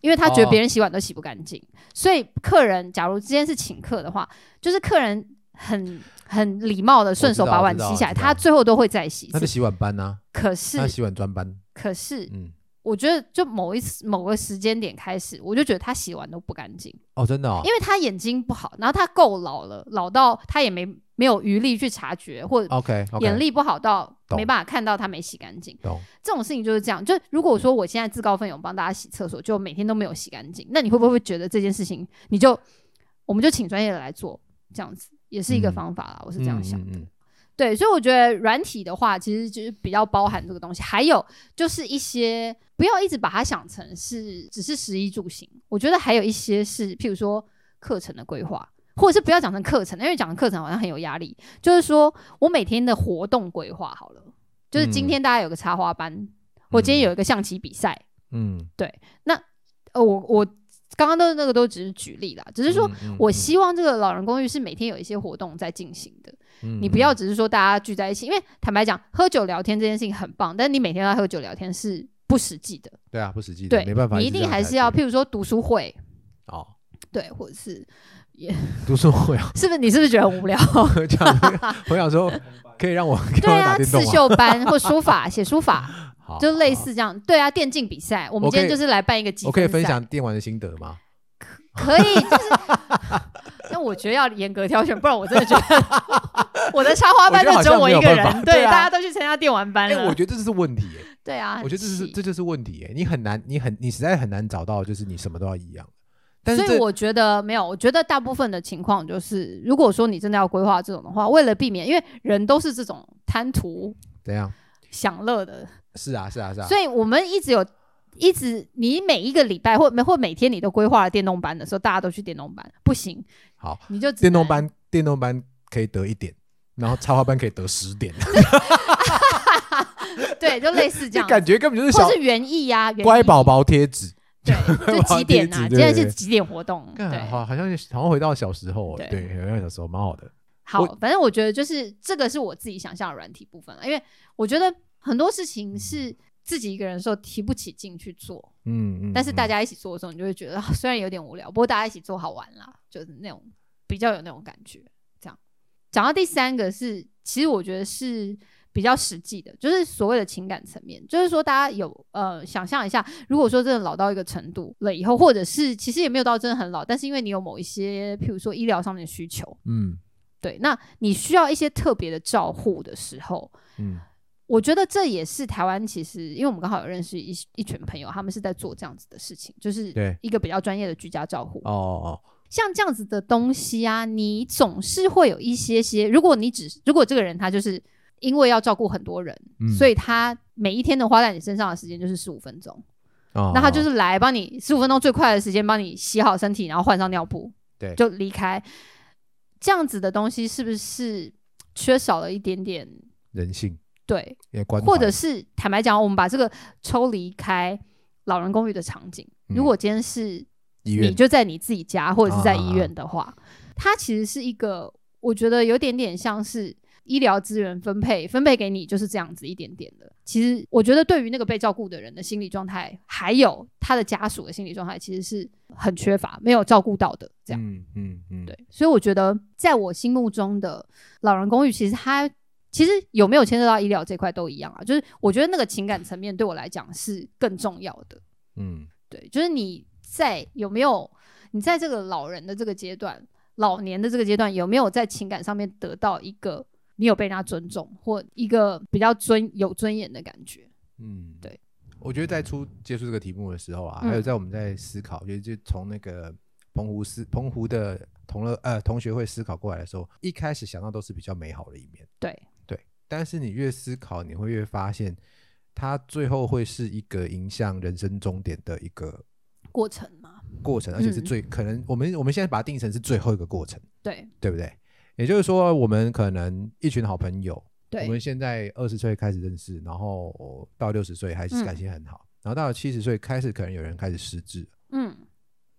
Speaker 2: 因为她
Speaker 1: 哦
Speaker 2: 觉得别人洗碗都洗不干净，所以客人假如今天是请客的话，就是客人很很礼貌的顺手把碗洗起来，
Speaker 1: 我知道我知道
Speaker 2: 她最后都会再洗一
Speaker 1: 他的
Speaker 2: 次。
Speaker 1: 洗碗班呐、
Speaker 2: 可
Speaker 1: 啊，他
Speaker 2: 是，
Speaker 1: 洗碗专班，
Speaker 2: 可是，
Speaker 1: 嗯，
Speaker 2: 我觉得就某一次某个时间点开始，我就觉得她洗碗都不干净。
Speaker 1: 哦，真的哦，
Speaker 2: 因为他眼睛不好，然后他够老了，老到他也没没有余力去察觉，或者
Speaker 1: 哦 OK，, o k
Speaker 2: 眼力不好到
Speaker 1: 懂
Speaker 2: 没办法看到他没洗干净。
Speaker 1: 懂，
Speaker 2: 这种事情就是这样。就如果说我现在自告奋勇帮大家洗厕所，就每天都没有洗干净，那你会不会觉得这件事情你就我们就请专业的来做，这样子也是一个
Speaker 1: 嗯
Speaker 2: 方法啦。我是这样想
Speaker 1: 嗯
Speaker 2: 的。
Speaker 1: 嗯嗯
Speaker 2: 对，所以我觉得软体的话，其实就是比较包含这个东西，还有就是一些不要一直把它想成是只是食衣住行，我觉得还有一些是，譬如说课程的规划，或者是不要讲成课程，因为讲成课程好像很有压力。就是说我每天的活动规划好了，就是今
Speaker 1: 嗯
Speaker 2: 天大家有个插花班，或今天有一个象棋比赛，
Speaker 1: 嗯，
Speaker 2: 呃，我我刚刚都那个都只是举例啦，只是说
Speaker 1: 嗯，嗯
Speaker 2: 我
Speaker 1: 嗯
Speaker 2: 希望这个老人公寓是每天有一些活动在进行的。
Speaker 1: 嗯
Speaker 2: 你不要只是说大家聚在一起，因为坦白讲，喝酒聊天这件事情很棒，但你每天都要喝酒聊天是不实际的。
Speaker 1: 对啊，不实际的，
Speaker 2: 对，
Speaker 1: 没办法，
Speaker 2: 你一
Speaker 1: 直这
Speaker 2: 定
Speaker 1: 样
Speaker 2: 还
Speaker 1: 下
Speaker 2: 是要，
Speaker 1: 去
Speaker 2: 譬如说读书会，
Speaker 1: 哦，
Speaker 2: 对，或者 是
Speaker 1: 读书会啊，
Speaker 2: 是不是你是不是觉得 很无聊？
Speaker 1: 我想我想说，可以让 我给
Speaker 2: 对
Speaker 1: 我打
Speaker 2: 啊，
Speaker 1: 电动
Speaker 2: 刺
Speaker 1: 啊，
Speaker 2: 绣班或 书法、写书法，
Speaker 1: 好
Speaker 2: 就类。
Speaker 1: 好
Speaker 2: 似这样。对啊，电竞比赛，我们
Speaker 1: 我
Speaker 2: 今天
Speaker 1: 可以
Speaker 2: 就是来办一个积
Speaker 1: 我可以分
Speaker 2: 赛
Speaker 1: 享电玩的心得吗？
Speaker 2: 可以，就是 那我觉得要严格挑选，不然我真的觉 得我的插花班
Speaker 1: 我觉得
Speaker 2: 就
Speaker 1: 好
Speaker 2: 只有
Speaker 1: 像
Speaker 2: 我
Speaker 1: 没
Speaker 2: 一
Speaker 1: 有
Speaker 2: 个
Speaker 1: 办法
Speaker 2: 人，
Speaker 1: 对啊
Speaker 2: 大家都去参加电玩班
Speaker 1: 哎，我
Speaker 2: 了。
Speaker 1: 觉得这是问题耶，哎
Speaker 2: 对啊，
Speaker 1: 我觉得这是
Speaker 2: 很气
Speaker 1: 这就是问题哎耶，你很难，你很你实在很难找到，就是你什么都要一样。但是
Speaker 2: 所以
Speaker 1: 这
Speaker 2: 我觉得没有，我觉得大部分的情况就是，如果说你真的要规划这种的话，为了避免，因为人都是这种贪图
Speaker 1: 怎样？
Speaker 2: 享乐的，
Speaker 1: 是啊，是啊，是啊。
Speaker 2: 所以我们一直有。一直，你每一个礼拜或每或每天你都规划了电动班的时候，大家都去电动班，不行，
Speaker 1: 好，
Speaker 2: 你就只
Speaker 1: 电动
Speaker 2: 能，
Speaker 1: 班电动班可以得一点，然后插花班可以得十 点，
Speaker 2: 对，就类似这
Speaker 1: 这
Speaker 2: 样，
Speaker 1: 感觉根本就是小
Speaker 2: 或是园艺呀、园
Speaker 1: 乖
Speaker 2: 艺
Speaker 1: 宝宝贴纸。
Speaker 2: 对，就
Speaker 1: 贴
Speaker 2: 几点啊？
Speaker 1: 纸
Speaker 2: 今
Speaker 1: 对
Speaker 2: 天
Speaker 1: 对
Speaker 2: 是
Speaker 1: 对
Speaker 2: 几点活动？对
Speaker 1: 干，好，好像好像回到小时候哦，
Speaker 2: 对
Speaker 1: 对，回到小时候，蛮好的。
Speaker 2: 好
Speaker 1: 我，
Speaker 2: 反正我觉得就是这个是我自己想象的软体部分啊了，因为我觉得很多事情是自己一个人的时候提不起劲去做，
Speaker 1: 嗯嗯嗯。
Speaker 2: 但是
Speaker 1: 嗯
Speaker 2: 大家一起做的时候，你就会觉得、啊 虽然有点无聊，不过大家一起做好玩啦，就是那种比较有那种感觉。这样讲到第三个是，其实我觉得是比较实际的，就是所谓的情感层面，就是说大家有呃想象一下，如果说真的老到一个程度了以后，或者是其实也没有到真的很老，但是因为你有某一些，譬如说医疗上面的需求，
Speaker 1: 嗯
Speaker 2: 对，那你需要一些特别的照护的时候，
Speaker 1: 嗯
Speaker 2: 我觉得这也是台湾，其实因为我们刚好有认识一一群朋友，他们是在做这样子的事情，就是
Speaker 1: 对
Speaker 2: 一个比较专业的居家照护。
Speaker 1: 哦哦，
Speaker 2: 像这样子的东西啊，你总是会有一些些，如果你只如果这个人他就是因为要照顾很多人，
Speaker 1: 嗯
Speaker 2: 所以他每一天能花在你身上的时间就是十五分钟，
Speaker 1: 哦
Speaker 2: 那他就
Speaker 1: 哦
Speaker 2: 是来帮你十五分钟最快的时间帮你洗好身体，然后换上尿布，
Speaker 1: 对
Speaker 2: 就离开。这样子的东西是不是缺少了一点点？
Speaker 1: 人性
Speaker 2: 对，
Speaker 1: 也关怀，
Speaker 2: 或者是坦白讲，我们把这个抽离开老人公寓的场景，
Speaker 1: 嗯
Speaker 2: 如果今天是
Speaker 1: 医
Speaker 2: 你
Speaker 1: 院
Speaker 2: 就在你自己家或者是在
Speaker 1: 啊啊啊
Speaker 2: 医院的话，它其实是一个我觉得有点点像是医疗资源分配，分配给你就是这样子一点点的。其实我觉得对于那个被照顾的人的心理状态，还有他的家属的心理状态，其实是很缺乏，没有照顾到的这样。
Speaker 1: 嗯嗯嗯，
Speaker 2: 对，所以我觉得在我心目中的老人公寓，其实它其实有没有牵涉到医疗这块都一样啊，就是我觉得那个情感层面对我来讲是更重要的。
Speaker 1: 嗯
Speaker 2: 对，就是你在有没有你在这个老人的这个阶段，老年的这个阶段，有没有在情感上面得到一个你有被人家尊重或一个比较尊有尊严的感觉？
Speaker 1: 嗯，
Speaker 2: 对。
Speaker 1: 我觉得在出接触这个题目的时候啊，
Speaker 2: 嗯
Speaker 1: 还有在我们在思考，就是就从那个澎湖思澎湖的同乐呃同学会思考过来的时候，一开始想到都是比较美好的一面。
Speaker 2: 对，
Speaker 1: 但是你越思考，你会越发现，它最后会是一个迎向人生终点的一个
Speaker 2: 过程嘛，
Speaker 1: 过程，而且是
Speaker 2: 嗯
Speaker 1: 最、可能我们我们现在把它定成是最后一个过程，
Speaker 2: 对
Speaker 1: 对不对？也就是说，我们可能一群好朋友，我
Speaker 2: 对
Speaker 1: 们现在二十岁开始认识，然后到六十岁还是
Speaker 2: 嗯
Speaker 1: 感情很好，然后到了七十岁开始，可能有人开始失智
Speaker 2: 嗯，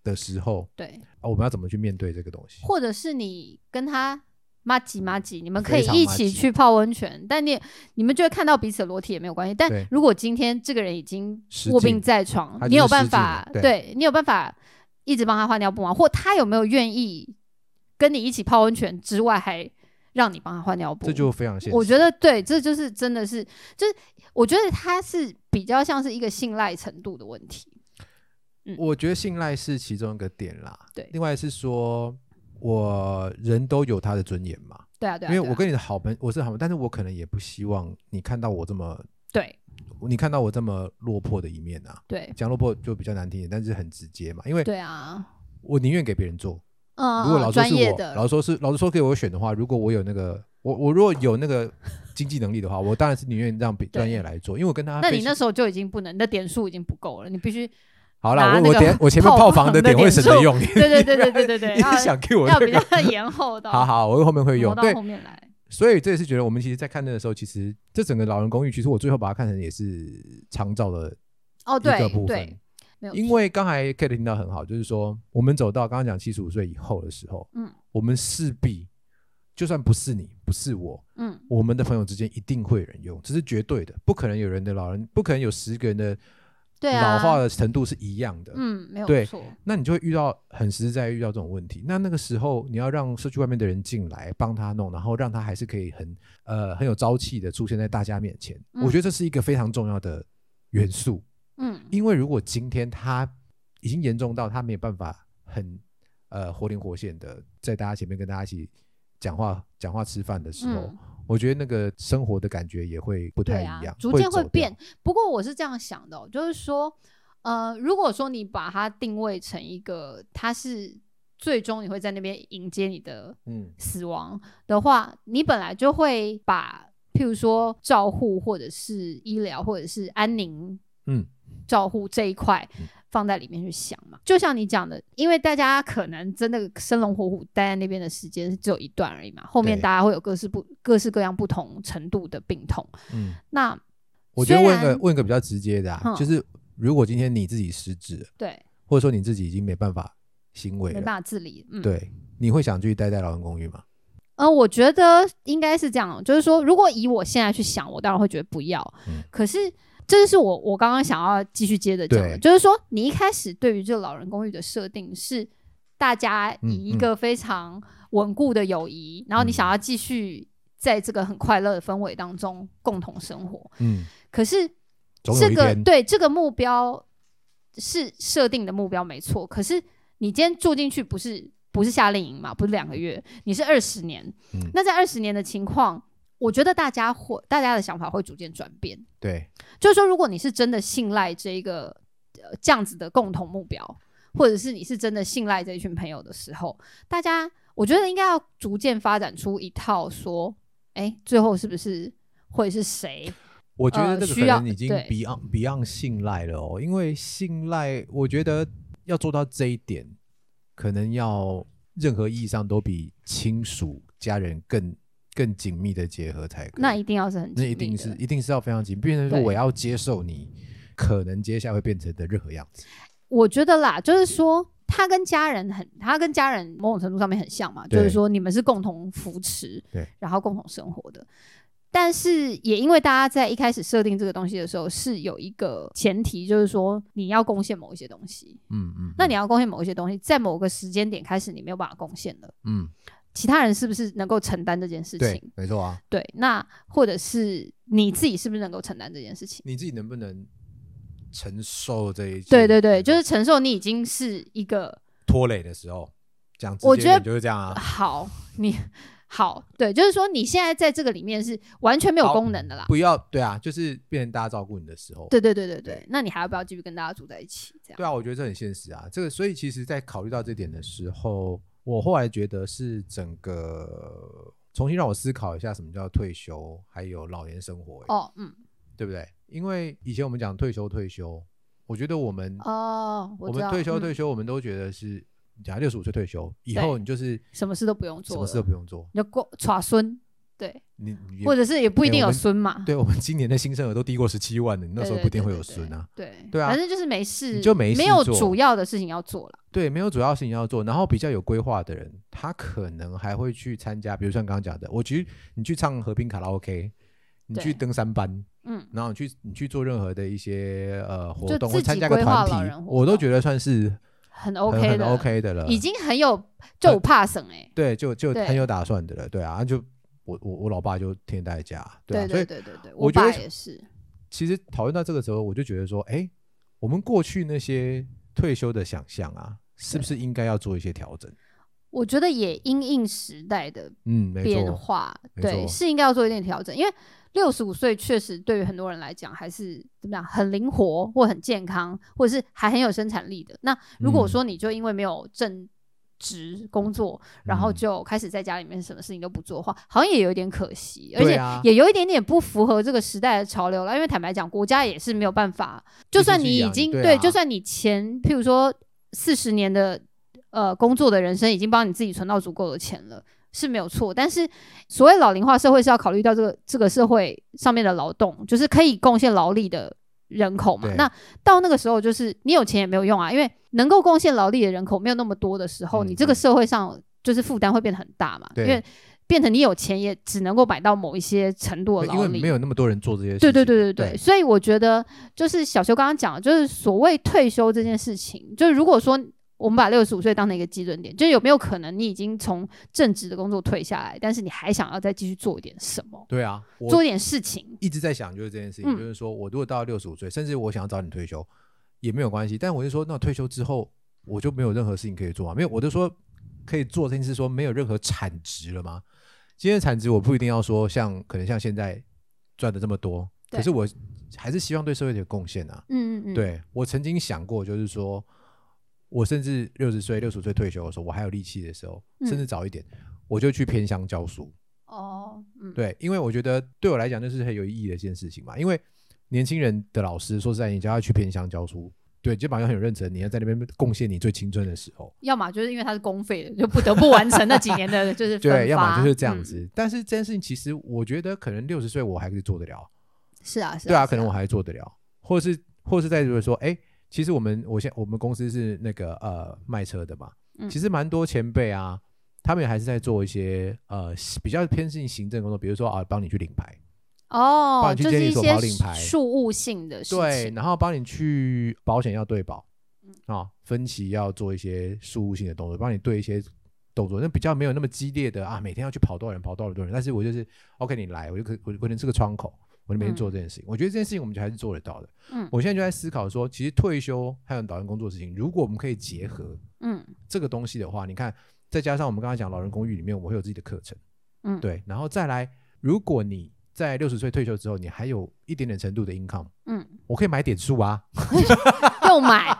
Speaker 1: 的时候
Speaker 2: 对，
Speaker 1: 啊，我们要怎么去面对这个东西？
Speaker 2: 或者是你跟他妈吉妈吉，你们可
Speaker 1: 非
Speaker 2: 以
Speaker 1: 常
Speaker 2: 一
Speaker 1: 麻
Speaker 2: 起
Speaker 1: 吉
Speaker 2: 去泡温泉，但你你们就会看到彼此的裸体也没有关系。但
Speaker 1: 对
Speaker 2: 如果今天这个人已经
Speaker 1: 失
Speaker 2: 卧
Speaker 1: 禁
Speaker 2: 病在床
Speaker 1: 他，
Speaker 2: 你
Speaker 1: 就
Speaker 2: 有
Speaker 1: 是
Speaker 2: 办
Speaker 1: 失禁
Speaker 2: 法
Speaker 1: 了，对
Speaker 2: 对你有办法一直帮他换尿布吗？或他有没有愿意跟你一起泡温泉之外，还让你帮他换尿布？
Speaker 1: 这就非常现实。
Speaker 2: 我觉得对，这就是真的是，就是我觉得他是比较像是一个信赖程度的问题。
Speaker 1: 我觉得信赖是其中一个点啦。
Speaker 2: 对
Speaker 1: 另外是说，我人都有他的尊严嘛，
Speaker 2: 对啊，对啊，
Speaker 1: 因为
Speaker 2: 对
Speaker 1: 我
Speaker 2: 啊
Speaker 1: 跟你的好朋我是好朋友，但是我可能也不希望你看到我这么，
Speaker 2: 对
Speaker 1: 你看到我这么落魄的一面啊。
Speaker 2: 对
Speaker 1: 讲落魄就比较难听一点，但是很直接嘛，因为
Speaker 2: 对啊，
Speaker 1: 我宁愿给别人做。
Speaker 2: 嗯，
Speaker 1: 如果
Speaker 2: 嗯
Speaker 1: 老师
Speaker 2: 专
Speaker 1: 是
Speaker 2: 业
Speaker 1: 我，
Speaker 2: 的，
Speaker 1: 老师说是老师说给我选的话，如果我有那个，我我如果有那个经济能力的话，我当然是宁愿让别专业来做，因为我跟他
Speaker 2: 那
Speaker 1: 非
Speaker 2: 你
Speaker 1: 常
Speaker 2: 那时候就已经不能，你的点数已经不够了，你必须
Speaker 1: 好啦，
Speaker 2: 拿
Speaker 1: 我
Speaker 2: 那
Speaker 1: 我
Speaker 2: 个
Speaker 1: 等下我前面
Speaker 2: 炮
Speaker 1: 炮房
Speaker 2: 房
Speaker 1: 的
Speaker 2: 的
Speaker 1: 点会
Speaker 2: 点
Speaker 1: 省着
Speaker 2: 数
Speaker 1: 用，你
Speaker 2: 对 对对对对对对，
Speaker 1: 一直
Speaker 2: 要
Speaker 1: 想 Q 我
Speaker 2: 要
Speaker 1: 这
Speaker 2: 比
Speaker 1: 个，
Speaker 2: 较 延后的，
Speaker 1: 好好，我后面会
Speaker 2: 挪
Speaker 1: 用。
Speaker 2: 到
Speaker 1: 对
Speaker 2: 后，面来，
Speaker 1: 所以这也是觉得我们其实，在看那的时候，其实这整个《老人公寓》，其实我最后把它看成也是长照的
Speaker 2: 哦，
Speaker 1: 一个
Speaker 2: 对
Speaker 1: 部分
Speaker 2: 对，。没有
Speaker 1: 因
Speaker 2: 错
Speaker 1: 为刚才 Kate 听到很好，就是说我们走到刚刚讲七十五岁以后的时候，
Speaker 2: 嗯
Speaker 1: 我们势必就算不是你，不是我，
Speaker 2: 嗯
Speaker 1: 我们的朋友之间一定会有人用，这是绝对的，不可能有人的老人，不可能有十个人的
Speaker 2: 对啊，
Speaker 1: 老化的程度是一样的。
Speaker 2: 嗯没有
Speaker 1: 对
Speaker 2: 错，
Speaker 1: 那你就会遇到很实在遇到这种问题。那那个时候，你要让社区外面的人进来帮他弄，然后让他还是可以很呃很有朝气的出现在大家面前。
Speaker 2: 嗯
Speaker 1: 我觉得这是一个非常重要的元素，
Speaker 2: 嗯
Speaker 1: 因为如果今天他已经严重到他没有办法很呃活灵活现的在大家前面跟大家一起讲话、讲话、吃饭的时候，
Speaker 2: 嗯。
Speaker 1: 我觉得那个生活的感觉也会不太
Speaker 2: 对
Speaker 1: 一
Speaker 2: 啊
Speaker 1: 样，，
Speaker 2: 逐渐
Speaker 1: 走
Speaker 2: 会
Speaker 1: 掉
Speaker 2: 变。。不过我是这样想的哦、就是说，呃，如果说你把它定位成一个，它是最终你会在那边迎接你的
Speaker 1: 嗯，
Speaker 2: 死亡的话，你本来就会把，譬如说照护或者是医疗或者是安宁，
Speaker 1: 嗯，
Speaker 2: 照护这一块
Speaker 1: 嗯
Speaker 2: 放在里面去想嘛。就像你讲的，因为大家可能真的生龙活虎待在那边的时间是只有一段而已嘛，后面
Speaker 1: 对
Speaker 2: 大家会有各式不各式各样不同程度的病痛，
Speaker 1: 嗯。
Speaker 2: 那。
Speaker 1: 我觉得
Speaker 2: 虽
Speaker 1: 问个
Speaker 2: 然
Speaker 1: 问个比较直接的、啊，
Speaker 2: 嗯
Speaker 1: 就是如果今天你自己失职了，
Speaker 2: 对，
Speaker 1: 或者说你自己已经没办法行为
Speaker 2: 没
Speaker 1: 了，
Speaker 2: 办法自理。嗯，。
Speaker 1: 对，你会想去待在老人公寓吗？
Speaker 2: 呃，我觉得应该是这样，就是说，如果以我现在去想，我当然会觉得不要。
Speaker 1: 嗯
Speaker 2: 可是，这就是我我刚刚想要继续接着讲的，
Speaker 1: 对
Speaker 2: 就是说，你一开始对于这个老人公寓的设定是大家
Speaker 1: 嗯
Speaker 2: 以一个非常稳固的友谊，然后你想要继续在这个很快乐的氛围当中共同生活。
Speaker 1: 嗯，
Speaker 2: 可是
Speaker 1: 总有
Speaker 2: 这
Speaker 1: 一
Speaker 2: 个
Speaker 1: 天，
Speaker 2: 对这个目标是设定的目标没错，可是你今天住进去不是不是夏令营嘛，不是两个月，你是二十年。
Speaker 1: 嗯
Speaker 2: 那在二十年的情况，我觉得大家会大家的想法会逐渐转变，
Speaker 1: 对
Speaker 2: 就是说，如果你是真的信赖这一个呃这样子的共同目标，或者是你是真的信赖这一群朋友的时候，大家我觉得应该要逐渐发展出一套说，哎、最后是不是会是谁？
Speaker 1: 我觉得
Speaker 2: 呃
Speaker 1: 这个
Speaker 2: 需
Speaker 1: 可
Speaker 2: 要
Speaker 1: 能已经
Speaker 2: 对
Speaker 1: beyond beyond 信赖了哦，因为信赖，我觉得要做到这一点，可能要任何意义上都比亲属家人更更紧密的结合才可以。
Speaker 2: 那一定要是很
Speaker 1: 那
Speaker 2: 紧
Speaker 1: 一
Speaker 2: 密
Speaker 1: 定
Speaker 2: 的
Speaker 1: 是一定是要非常紧，变成说
Speaker 2: 对
Speaker 1: 我要接受你可能接下来会变成的任何样子。
Speaker 2: 我觉得啦，就是说他跟家人很，他跟家人某种程度上面很像嘛，
Speaker 1: 对
Speaker 2: 就是说你们是共同扶持，
Speaker 1: 对，
Speaker 2: 然后共同生活的。但是也因为大家在一开始设定这个东西的时候，是有一个前提，就是说你要贡献某一些东西。
Speaker 1: 嗯嗯，
Speaker 2: 那你要贡献某一些东西，在某个时间点开始你没有办法贡献了，
Speaker 1: 嗯，
Speaker 2: 其他人是不是能够承担这件事
Speaker 1: 对
Speaker 2: 情？，
Speaker 1: 没错啊。
Speaker 2: 对，那或者是你自己是不是能够承担这件事情？
Speaker 1: 你自己能不能承受这一切？
Speaker 2: 对对对，就是承受你已经是一个
Speaker 1: 拖累的时候，讲直
Speaker 2: 我
Speaker 1: 接一
Speaker 2: 觉得
Speaker 1: 点就是这样啊。
Speaker 2: 好，你好，对，就是说你现在在这个里面是完全没有
Speaker 1: 好
Speaker 2: 功能的啦。
Speaker 1: 不要对啊，就是变成大家照顾你的时候。
Speaker 2: 对对对对对
Speaker 1: 对，
Speaker 2: 那你还要不要继续跟大家住在一起？这样，
Speaker 1: 对啊，我觉得这很现实啊。这个，所以其实，在考虑到这点的时候，我后来觉得是整个重新让我思考一下什么叫退休，还有老年生活、欸
Speaker 2: 哦，嗯，
Speaker 1: 对不对？因为以前我们讲退休退休，我觉得我们、
Speaker 2: 哦，
Speaker 1: 我
Speaker 2: 知
Speaker 1: 们
Speaker 2: 道
Speaker 1: 退休退
Speaker 2: 嗯
Speaker 1: 休，我们都觉得是，假如六十五岁退休以
Speaker 2: 对
Speaker 1: 后，你就是
Speaker 2: 什么事都不用
Speaker 1: 什
Speaker 2: 做了，
Speaker 1: 么事都不用做，
Speaker 2: 你就过耍孙，对，
Speaker 1: 你你
Speaker 2: 或者是也不一定
Speaker 1: 哎我
Speaker 2: 有
Speaker 1: 们
Speaker 2: 孙嘛，
Speaker 1: 对我们今年的新生儿都低过十七万的，你那时候
Speaker 2: 对
Speaker 1: 不一定会
Speaker 2: 对
Speaker 1: 有
Speaker 2: 对
Speaker 1: 孙啊。
Speaker 2: 对
Speaker 1: 对啊
Speaker 2: 反正就是没事，
Speaker 1: 你就没事
Speaker 2: 有
Speaker 1: 做
Speaker 2: 主要的事情要做了。
Speaker 1: 对，没有主要事情要做，然后比较有规划的人，他可能还会去参加，比如像刚刚讲的，我去你去唱和平卡拉 OK，你去
Speaker 2: 对
Speaker 1: 登山班，
Speaker 2: 嗯，
Speaker 1: 然后你去你去做任何的一些呃活
Speaker 2: 就
Speaker 1: 动，
Speaker 2: 自
Speaker 1: 或参
Speaker 2: 己
Speaker 1: 加个
Speaker 2: 规划
Speaker 1: 团
Speaker 2: 老人
Speaker 1: 体，
Speaker 2: 活
Speaker 1: 我都
Speaker 2: 动
Speaker 1: 觉得算是很
Speaker 2: 很 OK
Speaker 1: 很
Speaker 2: 的
Speaker 1: OK 的了，
Speaker 2: 已经很有就有怕省哎、
Speaker 1: 对，就就
Speaker 2: 对
Speaker 1: 很有打算的了，对啊，就我我我老爸就天天待在家，对啊，
Speaker 2: 对
Speaker 1: 所以
Speaker 2: 对对对对，
Speaker 1: 我觉得
Speaker 2: 爸也是，
Speaker 1: 其实讨论到这个时候，我就觉得说，哎，我们过去那些退休的想象啊，是不是应该要做一些调整？
Speaker 2: 我觉得也因应时代的
Speaker 1: 嗯，没
Speaker 2: 变
Speaker 1: 错，
Speaker 2: 化，
Speaker 1: 没
Speaker 2: 对，
Speaker 1: 错
Speaker 2: 是应该要做一点调整，因为六十五岁确实对于很多人来讲还是怎么样，很灵活或很健康，或者是还很有生产力的。那如果
Speaker 1: 嗯
Speaker 2: 说你就因为没有正职工作，然后
Speaker 1: 嗯
Speaker 2: 就开始在家里面什么事情都不做的话，好像也有一点可惜，而
Speaker 1: 对
Speaker 2: 且
Speaker 1: 啊
Speaker 2: 也有一点点不符合这个时代的潮流了。因为坦白讲，国家也是没有办法，就
Speaker 1: 一直
Speaker 2: 算
Speaker 1: 去
Speaker 2: 你已
Speaker 1: 养
Speaker 2: 经
Speaker 1: 对啊
Speaker 2: 就算你前譬如说四十年的呃工作的人生已经帮你自己存到足够的钱了。是没有错，但是所谓老龄化社会是要考虑到这个这个社会上面的劳动，就是可以贡献劳力的人口嘛
Speaker 1: 对。
Speaker 2: 那到那个时候，就是你有钱也没有用啊，因为能够贡献劳力的人口没有那么多的时候，
Speaker 1: 嗯
Speaker 2: 你这个社会上就是负担会变得很大嘛，因
Speaker 1: 对
Speaker 2: 为变成你有钱也只能够买到某一些程度的
Speaker 1: 因
Speaker 2: 劳
Speaker 1: 为
Speaker 2: 力
Speaker 1: 没。有那么多人做这些事情
Speaker 2: 对
Speaker 1: 嘛，
Speaker 2: 对对对对，
Speaker 1: 对
Speaker 2: 所以我觉得就是小修刚刚讲的，就是所谓退休这件事情，就是如果说我们把六十五岁当成一个基准点，就是有没有可能你已经从正职的工作退下来，但是你还想要再继续做一点什么，
Speaker 1: 对啊，我
Speaker 2: 做一点事情？
Speaker 1: 一直在想就是这件事情，
Speaker 2: 嗯
Speaker 1: 就是说我如果到六十五岁，甚至我想要早点退休也没有关系，但我就说那退休之后我就没有任何事情可以做啊，没有，我就说可以做这件事，说没有任何产值了吗？今天的产值我不一定要说像可能像现在赚的这么多，
Speaker 2: 对
Speaker 1: 可是我还是希望对社会有贡献啊。
Speaker 2: 嗯嗯嗯，
Speaker 1: 对我曾经想过，就是说我甚至六十岁、六十岁退休的时候，我还有力气的时候，
Speaker 2: 嗯
Speaker 1: 甚至早一点，我就去偏乡教书。
Speaker 2: 哦，嗯，
Speaker 1: 对，因为我觉得对我来讲，那是很有意义的一件事情嘛。因为年轻人的老师，说实在，你叫他去偏乡教书，对，基本上很有认真，你要在那边贡献你最青春的时候，
Speaker 2: 要么就是因为它是公费的，就不得不完成那几 年的，就是分
Speaker 1: 对，要么
Speaker 2: 发
Speaker 1: 就是这样
Speaker 2: 嗯
Speaker 1: 子。但是这件事情，其实我觉得可能六十岁我还是做得了，
Speaker 2: 是啊，是
Speaker 1: 对啊，
Speaker 2: 是
Speaker 1: 可能我还做得了，或是或是在如果说，哎，其实我们我现我们公司是那个呃卖车的嘛，
Speaker 2: 嗯
Speaker 1: 其实蛮多前辈啊，他们也还是在做一些呃比较偏向行政工作，比如说啊帮你去领牌。不
Speaker 2: 哦，
Speaker 1: 然去
Speaker 2: 就
Speaker 1: 监
Speaker 2: 是
Speaker 1: 理
Speaker 2: 一
Speaker 1: 所
Speaker 2: 些
Speaker 1: 跑领牌
Speaker 2: 事务性的事
Speaker 1: 对，
Speaker 2: 情，嗯
Speaker 1: 然后帮你去保险要对保，啊、分期要做一些事务性的动作，帮你对一些动作，那比较没有那么激烈的啊，每天要去跑多少人，跑多少人，但是我就是 OK，你来，我就可我可能是个窗口，我就每天做这件事情，我觉得这件事情我们就还是做得到的。
Speaker 2: 嗯
Speaker 1: 我现在就在思考说，其实退休还有导员工作的事情，如果我们可以结合
Speaker 2: 嗯
Speaker 1: 这个东西的话，你看，再加上我们刚才讲老人公寓里面，我们会有自己的课程。
Speaker 2: 嗯，
Speaker 1: 对，然后再来，如果你在六十岁退休之后，你还有一点点程度的 income，
Speaker 2: 嗯，
Speaker 1: 我可以买点数啊，
Speaker 2: 又买，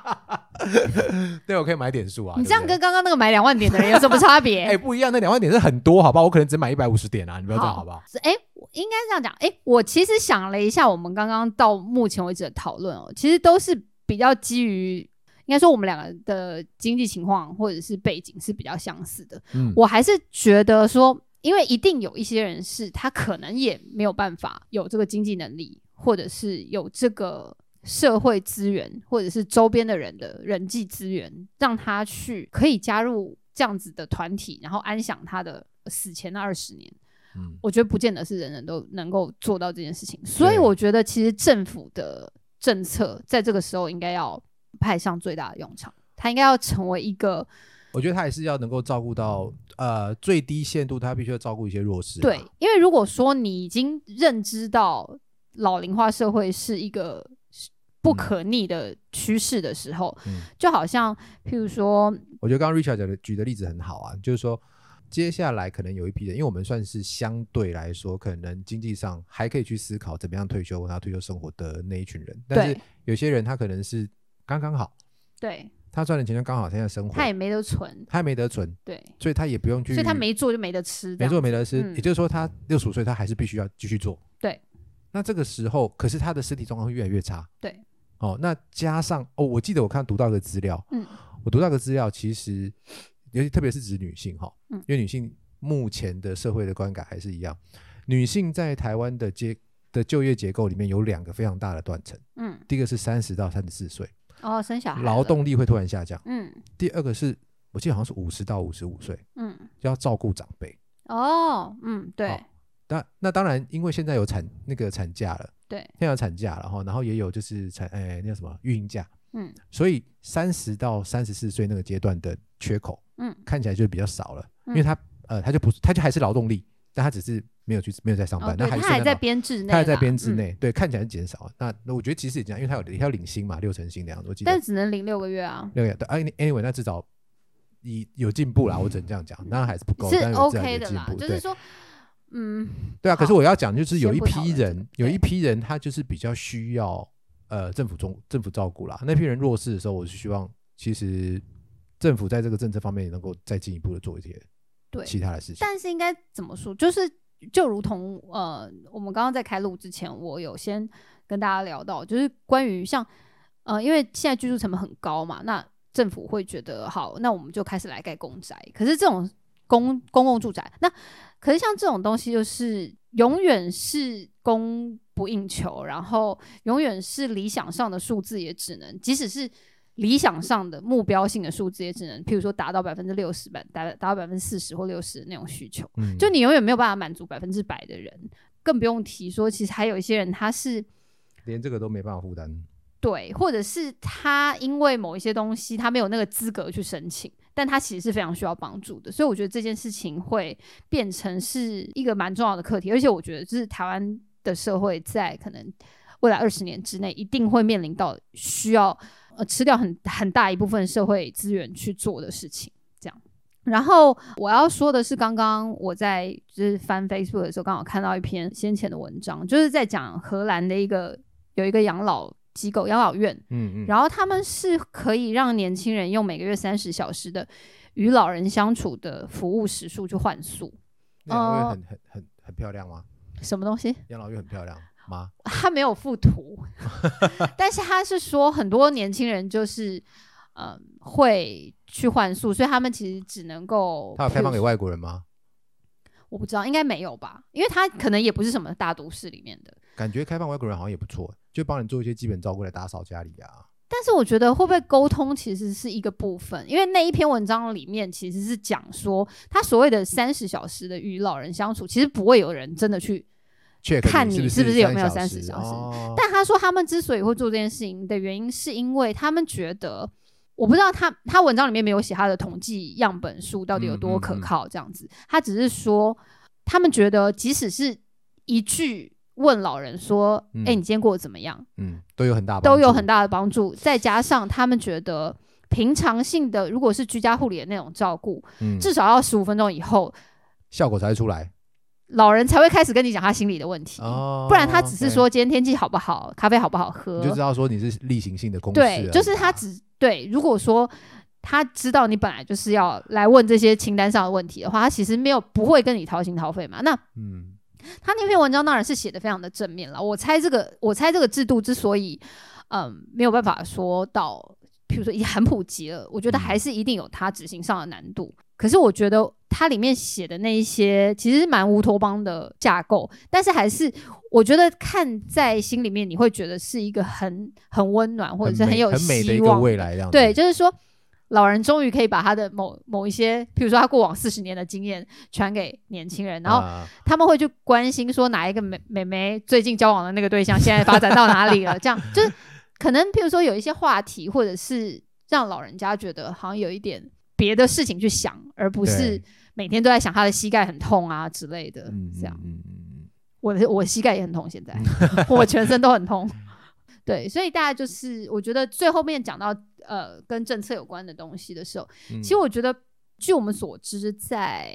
Speaker 1: 对，我可以买点数啊。
Speaker 2: 你
Speaker 1: 对
Speaker 2: 这样
Speaker 1: 不对
Speaker 2: 跟刚刚那个买两万点的人有什么差别？
Speaker 1: 哎、不一样，那两万点是很多，好吧？我可能只买一百五十点啊，你不要这样，好不好？
Speaker 2: 是？哎、我应该这样讲。哎、我其实想了一下，我们刚刚到目前为止的讨论哦，其实都是比较基于，应该说我们两个的经济情况或者是背景是比较相似的。
Speaker 1: 嗯，
Speaker 2: 我还是觉得说，因为一定有一些人是他可能也没有办法有这个经济能力，或者是有这个社会资源，或者是周边的人的人际资源，让他去可以加入这样子的团体，然后安享他的死前那二十年。
Speaker 1: 嗯，
Speaker 2: 我觉得不见得是人人都能够做到这件事情，所以
Speaker 1: 对
Speaker 2: 我觉得其实政府的政策在这个时候应该要派上最大的用场，它应该要成为一个
Speaker 1: 我觉得他还是要能够照顾到呃最低限度，他必须要照顾一些弱势。啊
Speaker 2: 对，，因为如果说你已经认知到老龄化社会是一个不可逆的趋势的时候，
Speaker 1: 嗯
Speaker 2: 就好像譬如说，
Speaker 1: 我觉得刚刚 Richard 讲的举的例子很好啊，就是说接下来可能有一批人，因为我们算是相对来说可能经济上还可以去思考怎么样退休，然后退休生活的那一群人，但是
Speaker 2: 对
Speaker 1: 有些人他可能是刚刚好，
Speaker 2: 对
Speaker 1: 他赚的钱就刚好现在生活，
Speaker 2: 他也没得存，
Speaker 1: 他还没得存，
Speaker 2: 对，
Speaker 1: 所以他也不用去，
Speaker 2: 所以他没做就没得吃，这
Speaker 1: 没
Speaker 2: 样
Speaker 1: 做没得吃，
Speaker 2: 嗯
Speaker 1: 也就是说他六十五岁他还是必须要继续做。
Speaker 2: 对，
Speaker 1: 那这个时候，可是他的身体状况会越来越差。
Speaker 2: 对，
Speaker 1: 哦，那加上哦，我记得我看读到一个资料，
Speaker 2: 嗯，
Speaker 1: 我读到一个资料，其实尤其特别是指女性哈、
Speaker 2: 嗯
Speaker 1: 因为女性目前的社会的观感还是一样，女性在台湾的结的就业结构里面有两个非常大的断层，
Speaker 2: 嗯，
Speaker 1: 第一个是三十到三十四岁，
Speaker 2: 哦，生小孩了
Speaker 1: 劳，动力会突然下降；
Speaker 2: 嗯
Speaker 1: 第二个是我记得好像是五十到五十五岁，
Speaker 2: 嗯，
Speaker 1: 就要照顾长辈。
Speaker 2: 哦，嗯，对
Speaker 1: 好那那当然，因为现在有产那个产假了，
Speaker 2: 对，
Speaker 1: 现在有产假了哈，然后也有就是产哎、那叫什么育婴假，
Speaker 2: 嗯
Speaker 1: 所以三十到三十四岁那个阶段的缺口
Speaker 2: 嗯
Speaker 1: 看起来就比较少了，因为
Speaker 2: 嗯
Speaker 1: 他呃他就不是他就还是劳动力，但他只是没有去没有在上
Speaker 2: 哦，
Speaker 1: 班，
Speaker 2: 对，
Speaker 1: 那
Speaker 2: 他
Speaker 1: 是
Speaker 2: 还
Speaker 1: 那
Speaker 2: 在
Speaker 1: 劳
Speaker 2: 编制内啦，
Speaker 1: 他还在编制
Speaker 2: 嗯，
Speaker 1: 内，对，看起来是减少。啊那那我觉得其实也这样，因为他有他有领薪嘛，六成薪那样子，我记得。
Speaker 2: 但只能领六个月啊，
Speaker 1: 那个对啊，anyway，那至少以有进步啦，我只能这样讲，当然还是不够，
Speaker 2: 嗯是
Speaker 1: 但有至少
Speaker 2: OK
Speaker 1: 有
Speaker 2: 的
Speaker 1: 进
Speaker 2: 啦
Speaker 1: 步，，
Speaker 2: 就
Speaker 1: 对
Speaker 2: 是说，嗯，
Speaker 1: 对啊。可是我要讲就是有
Speaker 2: 先
Speaker 1: 一
Speaker 2: 不讨
Speaker 1: 批
Speaker 2: 论这
Speaker 1: 人
Speaker 2: 个，
Speaker 1: 有一
Speaker 2: 对
Speaker 1: 批人他就是比较需要呃政府中政府照顾啦。那批人弱势的时候，我是希望其实政府在这个政策方面也能够再进一步的做一些
Speaker 2: 对
Speaker 1: 其他的事情。
Speaker 2: 但是应该怎么说，就是就如同呃，我们刚刚在开录之前，我有先跟大家聊到，就是关于像呃，因为现在居住成本很高嘛，那政府会觉得好，那我们就开始来盖公宅。可是这种公公共住宅，那可是像这种东西，就是永远是供不应求，然后永远是理想上的数字，也只能即使是。理想上的目标性的数字也只能，譬如说达到百分之六十、百达达到百分之四十或六十那种需求。
Speaker 1: 嗯，
Speaker 2: 就你永远没有办法满足百分之百的人，更不用提说，其实还有一些人他是
Speaker 1: 连这个都没办法负担，
Speaker 2: 对，或者是他因为某一些东西他没有那个资格去申请，但他其实是非常需要帮助的。所以我觉得这件事情会变成是一个蛮重要的课题，而且我觉得就是台湾的社会在可能未来二十年之内一定会面临到需要呃吃掉很很大一部分社会资源去做的事情。这样，然后我要说的是，刚刚我在就是翻 Facebook 的时候，刚好看到一篇先前的文章，就是在讲荷兰的一个有一个养老机构养老院，
Speaker 1: 嗯嗯，
Speaker 2: 然后他们是可以让年轻人用每个月三十小时的与老人相处的服务时数去换宿，
Speaker 1: 那养老
Speaker 2: 呃
Speaker 1: 院很很很很漂亮吗？
Speaker 2: 什么东西？
Speaker 1: 养老院很漂亮吗？
Speaker 2: 他没有 附图，但是他是说很多年轻人就是嗯、呃会去换宿，所以他们其实只能够
Speaker 1: 它有开放
Speaker 2: 譬
Speaker 1: 给
Speaker 2: 如
Speaker 1: 外国人吗？
Speaker 2: 我不知道，应该没有吧？因为他可能也不是什么大都市里面的。
Speaker 1: 感觉开放外国人好像也不错，就帮你做一些基本照顾来打扫家里啊。
Speaker 2: 但是我觉得会不会沟通其实是一个部分，因为那一篇文章里面其实是讲说，他所谓的三十小时的与老人相处，其实不会有人真的去。
Speaker 1: check
Speaker 2: 看
Speaker 1: 你
Speaker 2: 你
Speaker 1: 是
Speaker 2: 是不是有没有
Speaker 1: 三
Speaker 2: 30小时
Speaker 1: 哦
Speaker 2: 但他说他们之所以会做这件事情的原因，是因为他们觉得，我不知道他他文章里面没有写他的统计样本数到底
Speaker 1: 嗯
Speaker 2: 有多可靠，这样子，他只是说他们觉得，即使是一句问老人说：“哎、
Speaker 1: 嗯
Speaker 2: 你今天过得怎么样？”
Speaker 1: 嗯，都有很大帮
Speaker 2: 都有
Speaker 1: 助
Speaker 2: 很大的帮助。再加上他们觉得平常性的，如果是居家护理的那种照顾，
Speaker 1: 嗯
Speaker 2: 至少要十五分钟以后，
Speaker 1: 效果才会出来
Speaker 2: 老人才会开始跟你讲他心里的问题。
Speaker 1: 哦
Speaker 2: 不然他只是说今天天气好不好，咖啡好不好喝
Speaker 1: ，OK，你就，知道说你是例行性的公事而已
Speaker 2: 对
Speaker 1: 啦，，
Speaker 2: 就是他只对。如果说他知道你本来就是要来问这些清单上的问题的话，他其实没有不会跟你掏心掏肺嘛。那
Speaker 1: 嗯
Speaker 2: 他那篇文章当然是写的非常的正面了。我猜这个，我猜这个制度之所以，嗯，没有办法说到，比如说已经很普及了，我觉
Speaker 1: 嗯
Speaker 2: 得还是一定有它执行上的难度。可是我觉得它里面写的那一些其实是蛮乌托邦的架构，但是还是我觉得看在心里面，你会觉得是一个很很温暖，或者是
Speaker 1: 很美
Speaker 2: 有
Speaker 1: 很美的一
Speaker 2: 希
Speaker 1: 个
Speaker 2: 望
Speaker 1: 未来这样子，
Speaker 2: 对，就是说，老人终于可以把他的某某一些，比如说他过往四十年的经验传给年轻人，然后
Speaker 1: 啊
Speaker 2: 他们会去关心说哪一个美美眉最近交往的那个对象现在发展到哪里了，这样就是可能，譬如说有一些话题，或者是让老人家觉得好像有一点别的事情去想，而不是
Speaker 1: 对
Speaker 2: 每天都在想他的膝盖很痛啊之类的，这样。
Speaker 1: 嗯嗯
Speaker 2: 我的我膝盖也很痛，现在 我全身都很 痛。对，所以大家就是我觉得最后面讲到呃跟政策有关的东西的时候，
Speaker 1: 嗯，
Speaker 2: 其实我觉得据我们所知，在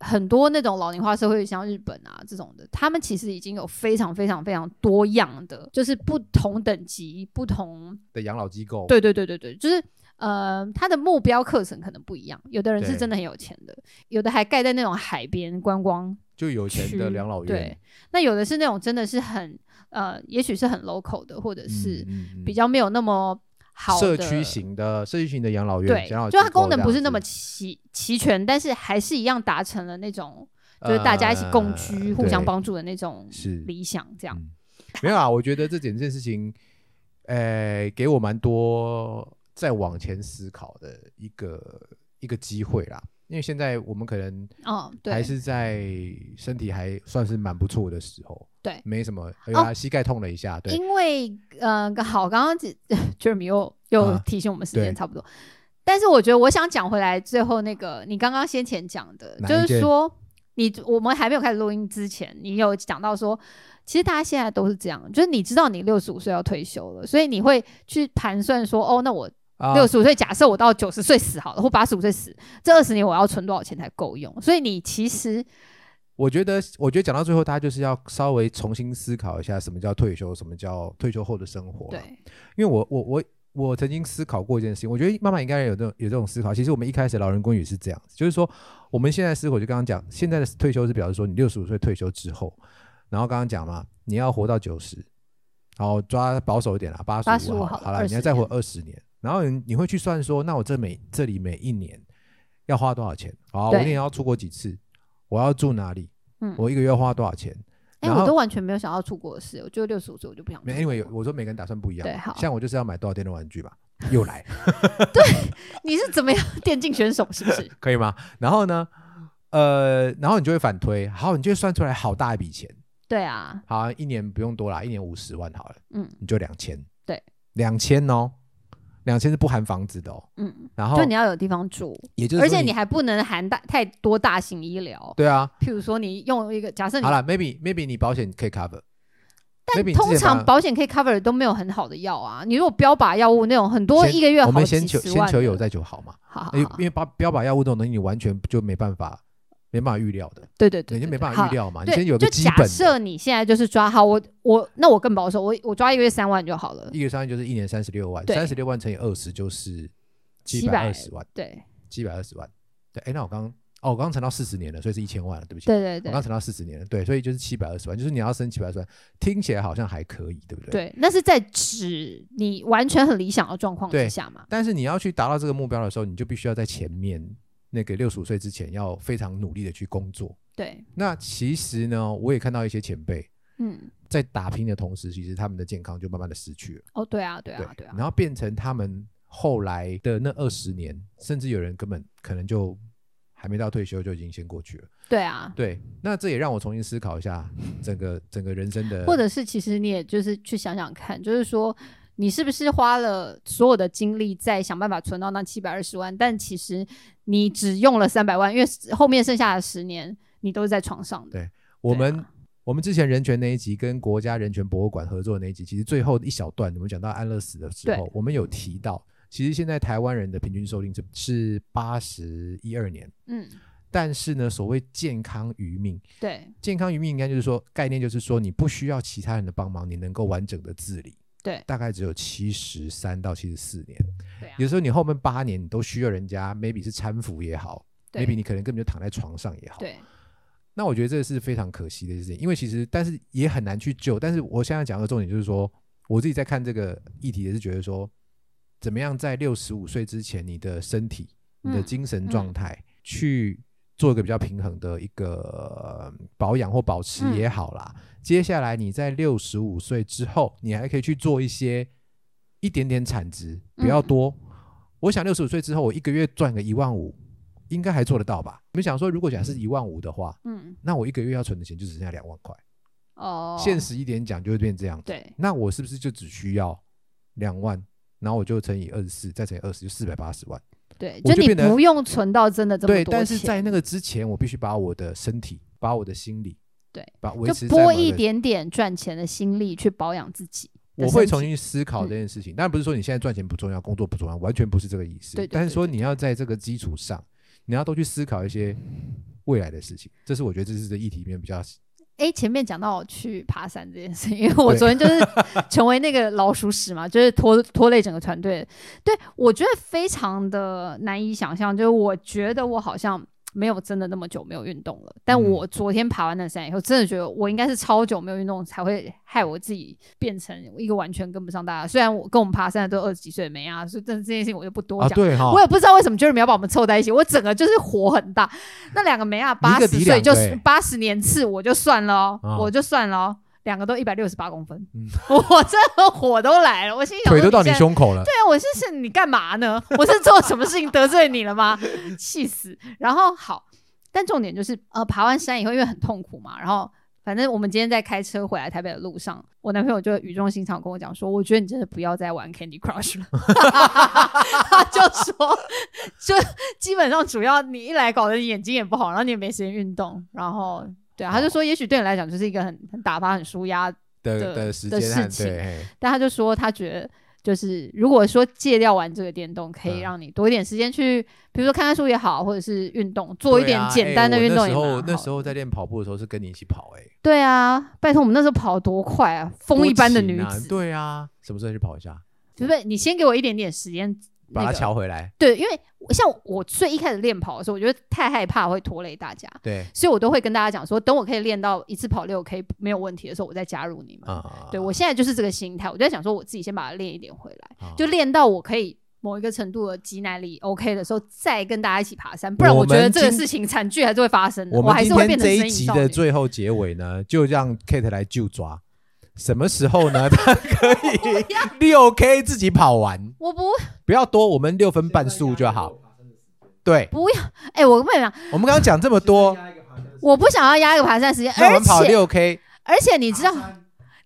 Speaker 2: 很多那种老龄化社会，像日本啊这种的，他们其实已经有非常非常非常多样的，就是不同等级、不同
Speaker 1: 的养老机构，
Speaker 2: 对对对对对，就是呃，他的目标课程可能不一样，有的人是
Speaker 1: 对
Speaker 2: 真的很有钱的，有的还盖在那种海边观光
Speaker 1: 就有钱的养老院，
Speaker 2: 对，那有的是那种真的是很呃，也许是很 local 的，或者
Speaker 1: 嗯，
Speaker 2: 是
Speaker 1: 嗯嗯
Speaker 2: 比较没有那么好
Speaker 1: 社
Speaker 2: 的
Speaker 1: 区。型的社区型的养老院，
Speaker 2: 对
Speaker 1: 养老，
Speaker 2: 就它
Speaker 1: 机构
Speaker 2: 功能
Speaker 1: 这
Speaker 2: 不
Speaker 1: 样
Speaker 2: 是那
Speaker 1: 子
Speaker 2: 么齐齐全，但是还是一样达成了那种就是大家一起共居、
Speaker 1: 呃
Speaker 2: 互相
Speaker 1: 对
Speaker 2: 帮助的那种
Speaker 1: 是
Speaker 2: 理想，这样
Speaker 1: 嗯没有啊，我觉得这整件事情，呃，给我蛮多再往前思考的一个一个机会啦。因为现在我们可能
Speaker 2: 哦，
Speaker 1: 嗯还
Speaker 2: 对，
Speaker 1: 是在身体还算是蛮不错的时候，
Speaker 2: 对哦
Speaker 1: 没什么，哎呀，膝盖痛了一下，对，
Speaker 2: 因为呃，好，刚刚 Jeremy 又又
Speaker 1: 啊
Speaker 2: 提醒我们时
Speaker 1: 对
Speaker 2: 间差不多，但是我觉得我想讲回来最后那个你刚刚先前讲的，
Speaker 1: 哪
Speaker 2: 就
Speaker 1: 一
Speaker 2: 是
Speaker 1: 件
Speaker 2: 说你我们还没有开始录音之前，你有讲到说，其实大家现在都是这样，就是你知道你六十五岁要退休了，所以你会去盘算说，哦，那我
Speaker 1: 啊
Speaker 2: 六十五岁，假设我到九十岁死好了，或八十五岁死，这二十年我要存多少钱才够用？所以你
Speaker 1: 嗯
Speaker 2: 其实
Speaker 1: 我觉得，我觉得讲到最后，大家就是要稍微重新思考一下，什么叫退休，什么叫退休后的生活。
Speaker 2: 对，哎
Speaker 1: 因为我我我我曾经思考过一件事情，我觉得妈妈应该有这种有这种思考。其实我们一开始老人公寓也是这样子，就是说我们现在思考，就刚刚讲，现在的退休是表示说你六十五岁退休之后，然后刚刚讲嘛，你要活到九十，然后抓保守一点啦，八十
Speaker 2: 85
Speaker 1: 五
Speaker 2: 好了
Speaker 1: 好了，
Speaker 2: 20
Speaker 1: 你要再活二十年，然后你你会去算说，那我这每这里每一年要花多少钱？好，我
Speaker 2: 对
Speaker 1: 一年要出国几次？我要住哪里？
Speaker 2: 嗯
Speaker 1: 我一个月要花多少钱？
Speaker 2: 哎、
Speaker 1: 然
Speaker 2: 我
Speaker 1: 后
Speaker 2: 都完全没有想要出国的事，我就六十五岁我就不想出
Speaker 1: 没
Speaker 2: 国。
Speaker 1: ，anyway，我说每个人打算不一样。
Speaker 2: 对好
Speaker 1: 像我就是要买多少电动玩具嘛，又来。
Speaker 2: 你是怎么样电竞选手是不 是？
Speaker 1: 可以吗？然后呢，呃，然后你就会反推，好，你就会算出来好大一笔钱，
Speaker 2: 对啊，
Speaker 1: 好，一年不用多啦，一年五十万好了，
Speaker 2: 嗯
Speaker 1: 你就两千，
Speaker 2: 对，
Speaker 1: 两千哦，两千是不含房子的哦，
Speaker 2: 嗯，
Speaker 1: 然后
Speaker 2: 就你要有地方住，
Speaker 1: 也就是
Speaker 2: 而
Speaker 1: 说
Speaker 2: 且你还不能含大太多大型医疗，
Speaker 1: 对啊，
Speaker 2: 譬如说你用一个假设你
Speaker 1: 好，了，maybe maybe 你保险可以 cover，
Speaker 2: 但
Speaker 1: maybe 你
Speaker 2: 通
Speaker 1: 之前
Speaker 2: 常
Speaker 1: 把
Speaker 2: 保险可以 cover 的都没有很好的药啊。你如果标靶药物那种很多
Speaker 1: 先
Speaker 2: 一个月
Speaker 1: 我
Speaker 2: 好
Speaker 1: 们
Speaker 2: 几
Speaker 1: 先求
Speaker 2: 十
Speaker 1: 先
Speaker 2: 万
Speaker 1: 求有
Speaker 2: 的，
Speaker 1: 再求好嘛，
Speaker 2: 好好
Speaker 1: 因为
Speaker 2: 好
Speaker 1: 因，为标标靶药物这种东西你完全就没办法没办法预料的，
Speaker 2: 对对对，
Speaker 1: 你
Speaker 2: 对
Speaker 1: 就没
Speaker 2: 对
Speaker 1: 办
Speaker 2: 好
Speaker 1: 法预料啊嘛，你
Speaker 2: 对，
Speaker 1: 先有个
Speaker 2: 就
Speaker 1: 基
Speaker 2: 假
Speaker 1: 本的，
Speaker 2: 设你现在就是抓好我我那我更保守，我我抓一个月三万就好了。
Speaker 1: 一个商业就是一年三十六万，
Speaker 2: 对
Speaker 1: 三十六万乘以二十就是七
Speaker 2: 700
Speaker 1: 百二十万。
Speaker 2: 对
Speaker 1: 七百二十万。对，哎，那我刚哦，我刚刚乘到四十年了，所以是一千万了，对不起。
Speaker 2: 对对
Speaker 1: 我刚
Speaker 2: 对
Speaker 1: 乘到四十年了，对，所以就是七百二十万，就是你要升七百二十万，听起来好像还可以，对不对？。
Speaker 2: 对，那是在指你完全很理想的状况之
Speaker 1: 对
Speaker 2: 下嘛？
Speaker 1: 但是你要去达到这个目标的时候，你就必须要在前面那个六十五岁之前要非常努力的去工作。
Speaker 2: 对，
Speaker 1: 那其实呢，我也看到一些前辈
Speaker 2: 嗯，
Speaker 1: 在打拼的同时，其实他们的健康就慢慢的失去了，
Speaker 2: 哦，对啊，对啊，对啊，
Speaker 1: 然后变成他们后来的那二十年，甚至有人根本可能就还没到退休就已经先过去了。
Speaker 2: 对啊，
Speaker 1: 对，那这也让我重新思考一下整个整个人生的，
Speaker 2: 或者是其实你也就是去想想看，就是说你是不是花了所有的精力在想办法存到那七百二十万，但其实你只用了三百万，因为后面剩下的十年你都是在床上的。
Speaker 1: 对我
Speaker 2: 对啊
Speaker 1: 们、我们之前人权那一集跟国家人权博物馆合作的那一集，其实最后一小段我们讲到安乐死的时
Speaker 2: 对
Speaker 1: 候，我们有提到，其实现在台湾人的平均寿命是是八十一二年，
Speaker 2: 嗯，
Speaker 1: 但是呢，所谓健康余命，
Speaker 2: 对
Speaker 1: 健康余命应该就是说概念就是说你不需要其他人的帮忙，你能够完整的自理。
Speaker 2: 对
Speaker 1: 大概只有七十三到七十四年，
Speaker 2: 对啊，
Speaker 1: 有时候你后面八年你都需要人家，maybe 是搀扶也好
Speaker 2: 对
Speaker 1: ，maybe 你可能根本就躺在床上也好，
Speaker 2: 对
Speaker 1: 那我觉得这是非常可惜的事情，因为其实但是也很难去救。但是我现在讲的重点就是说，我自己在看这个议题也是觉得说，怎么样在六十五岁之前，你的身体、你的
Speaker 2: 嗯
Speaker 1: 精神状态、去做一个比较平衡的一个呃保养或保持也好啦。接下来你在六十五岁之后，你还可以去做一些一点点产值，不要多。我想六十五岁之后，我一个月赚个一万五，应该还做得到吧？你们想说，如果假设一万五的话，
Speaker 2: 嗯，
Speaker 1: 那我一个月要存的钱就只剩下两万块。
Speaker 2: 哦，
Speaker 1: 现实一点讲，就会变这样。
Speaker 2: 对
Speaker 1: 那我是不是就只需要两万，然后我就乘以二十四，再乘以二十，就四百八十万？
Speaker 2: 对，
Speaker 1: 我
Speaker 2: 就
Speaker 1: 就
Speaker 2: 你
Speaker 1: 变得
Speaker 2: 不用存到真的这么
Speaker 1: 对，
Speaker 2: 多钱，
Speaker 1: 但是在那个之前，我必须把我的身体，把我的心理，
Speaker 2: 对，
Speaker 1: 把维持
Speaker 2: 就
Speaker 1: 在某
Speaker 2: 拨
Speaker 1: 个
Speaker 2: 一。点点赚钱的心力去保养自己。
Speaker 1: 我会重，新思考这件事情，当然不是说你现在赚钱不重要，工作不重要，完全不是这个意思。
Speaker 2: 嗯对对
Speaker 1: 但是
Speaker 2: 对
Speaker 1: 说
Speaker 2: 对
Speaker 1: 你要在这个基础上，你要多去思考一些未来的事情，这是我觉得这是这议题里面比较
Speaker 2: 哎，前面讲到去爬山这件事，因为我昨天就是成为那个老鼠屎嘛，就是拖拖累整个团队。对我觉得非常的难以想象，就是我觉得我好像没有真的那么久没有运动了。但我昨天爬完那山以后，真的觉得我应该是超久没有运动，才会害我自己变成一个完全跟不上大家。虽然我跟我们爬山的都二十几岁的妹啊，所以但是这件事情我就不多
Speaker 1: 啊，
Speaker 2: 讲。
Speaker 1: 对哈
Speaker 2: 我，也不知道为什么 Jeremy 要把我们凑在一起，我整个就是火很大。那两个梅亚八
Speaker 1: 一个
Speaker 2: 十
Speaker 1: 抵
Speaker 2: 岁
Speaker 1: 两
Speaker 2: 就
Speaker 1: 个
Speaker 2: 是
Speaker 1: 欸
Speaker 2: 八十年次，我就算了哦，
Speaker 1: 啊
Speaker 2: 我就算了哦，两个都一百六十八公分，
Speaker 1: 嗯
Speaker 2: 我真的火都来了，我心里想
Speaker 1: 腿都
Speaker 2: 说
Speaker 1: 到你
Speaker 2: 现在
Speaker 1: 胸口了，
Speaker 2: 对啊，我是是你干嘛呢？ 我是做什么事情得罪你了吗？气死！然后好，但重点就是呃，爬完山以后因为很痛苦嘛，然后反正我们今天在开车回来台北的路上，我男朋友就语重心长跟我讲说，我觉得你真的不要再玩 Candy Crush 了。 他就说，就基本上主要你一来搞得你眼睛也不好，然后你也没时间运动，然后对啊，他就说也许对你来讲就是一个很很打发、很舒压
Speaker 1: 的
Speaker 2: 的
Speaker 1: 的时
Speaker 2: 的
Speaker 1: 间
Speaker 2: 事
Speaker 1: 和
Speaker 2: 情
Speaker 1: 对，嘿
Speaker 2: 但他就说他觉得就是如果说戒掉玩这个电动，可以
Speaker 1: 嗯
Speaker 2: 让你多一点时间去，比如说看看书也好，或者是运动，做一
Speaker 1: 对
Speaker 2: 点
Speaker 1: 啊
Speaker 2: 简
Speaker 1: 哎
Speaker 2: 单的
Speaker 1: 我
Speaker 2: 运动
Speaker 1: 那
Speaker 2: 也
Speaker 1: 时
Speaker 2: 蛮好
Speaker 1: 候
Speaker 2: 的。
Speaker 1: 那时候在练跑步的时候是跟你一起跑，哎，
Speaker 2: 对啊，拜托我们那时候跑多快啊，风
Speaker 1: 多
Speaker 2: 一般的
Speaker 1: 勤
Speaker 2: 女
Speaker 1: 啊
Speaker 2: 子，
Speaker 1: 对啊，什么时候去跑一下，
Speaker 2: 对不对？你先给我一点点时间，
Speaker 1: 把
Speaker 2: 那
Speaker 1: 它
Speaker 2: 个
Speaker 1: 调回来，
Speaker 2: 对，因为我像我最一开始练跑的时候，我觉得太害怕会拖累大家。
Speaker 1: 对，
Speaker 2: 所以我都会跟大家讲说，等我可以练到一次跑六 K 没有问题的时候，我再加入你们。
Speaker 1: 啊，
Speaker 2: 对我现在就是这个心态，我就在想说，我自己先把它练一点回来。
Speaker 1: 啊
Speaker 2: 就练到我可以某一个程度的肌耐力 OK 的时候，再跟大家一起爬山，不然我觉得这个事情惨剧还是会发生的，
Speaker 1: 我
Speaker 2: 我
Speaker 1: 们
Speaker 2: 还
Speaker 1: 今
Speaker 2: 是会
Speaker 1: 天
Speaker 2: 变成
Speaker 1: 这
Speaker 2: 身
Speaker 1: 一
Speaker 2: 影
Speaker 1: 集
Speaker 2: 少
Speaker 1: 的
Speaker 2: 女。
Speaker 1: 最后结尾呢，就让 Kate 来就抓，什么时候呢？ 他可 以六 K 自己跑完，
Speaker 2: 我不
Speaker 1: 不要多，我们六分半速就好。对，
Speaker 2: 不要，哎、我跟你讲，
Speaker 1: 我们刚刚讲这么 多，
Speaker 2: 我不想要压一个爬山时间，
Speaker 1: 那我
Speaker 2: 而
Speaker 1: 们跑
Speaker 2: 且
Speaker 1: 六 K，
Speaker 2: 而且你知道，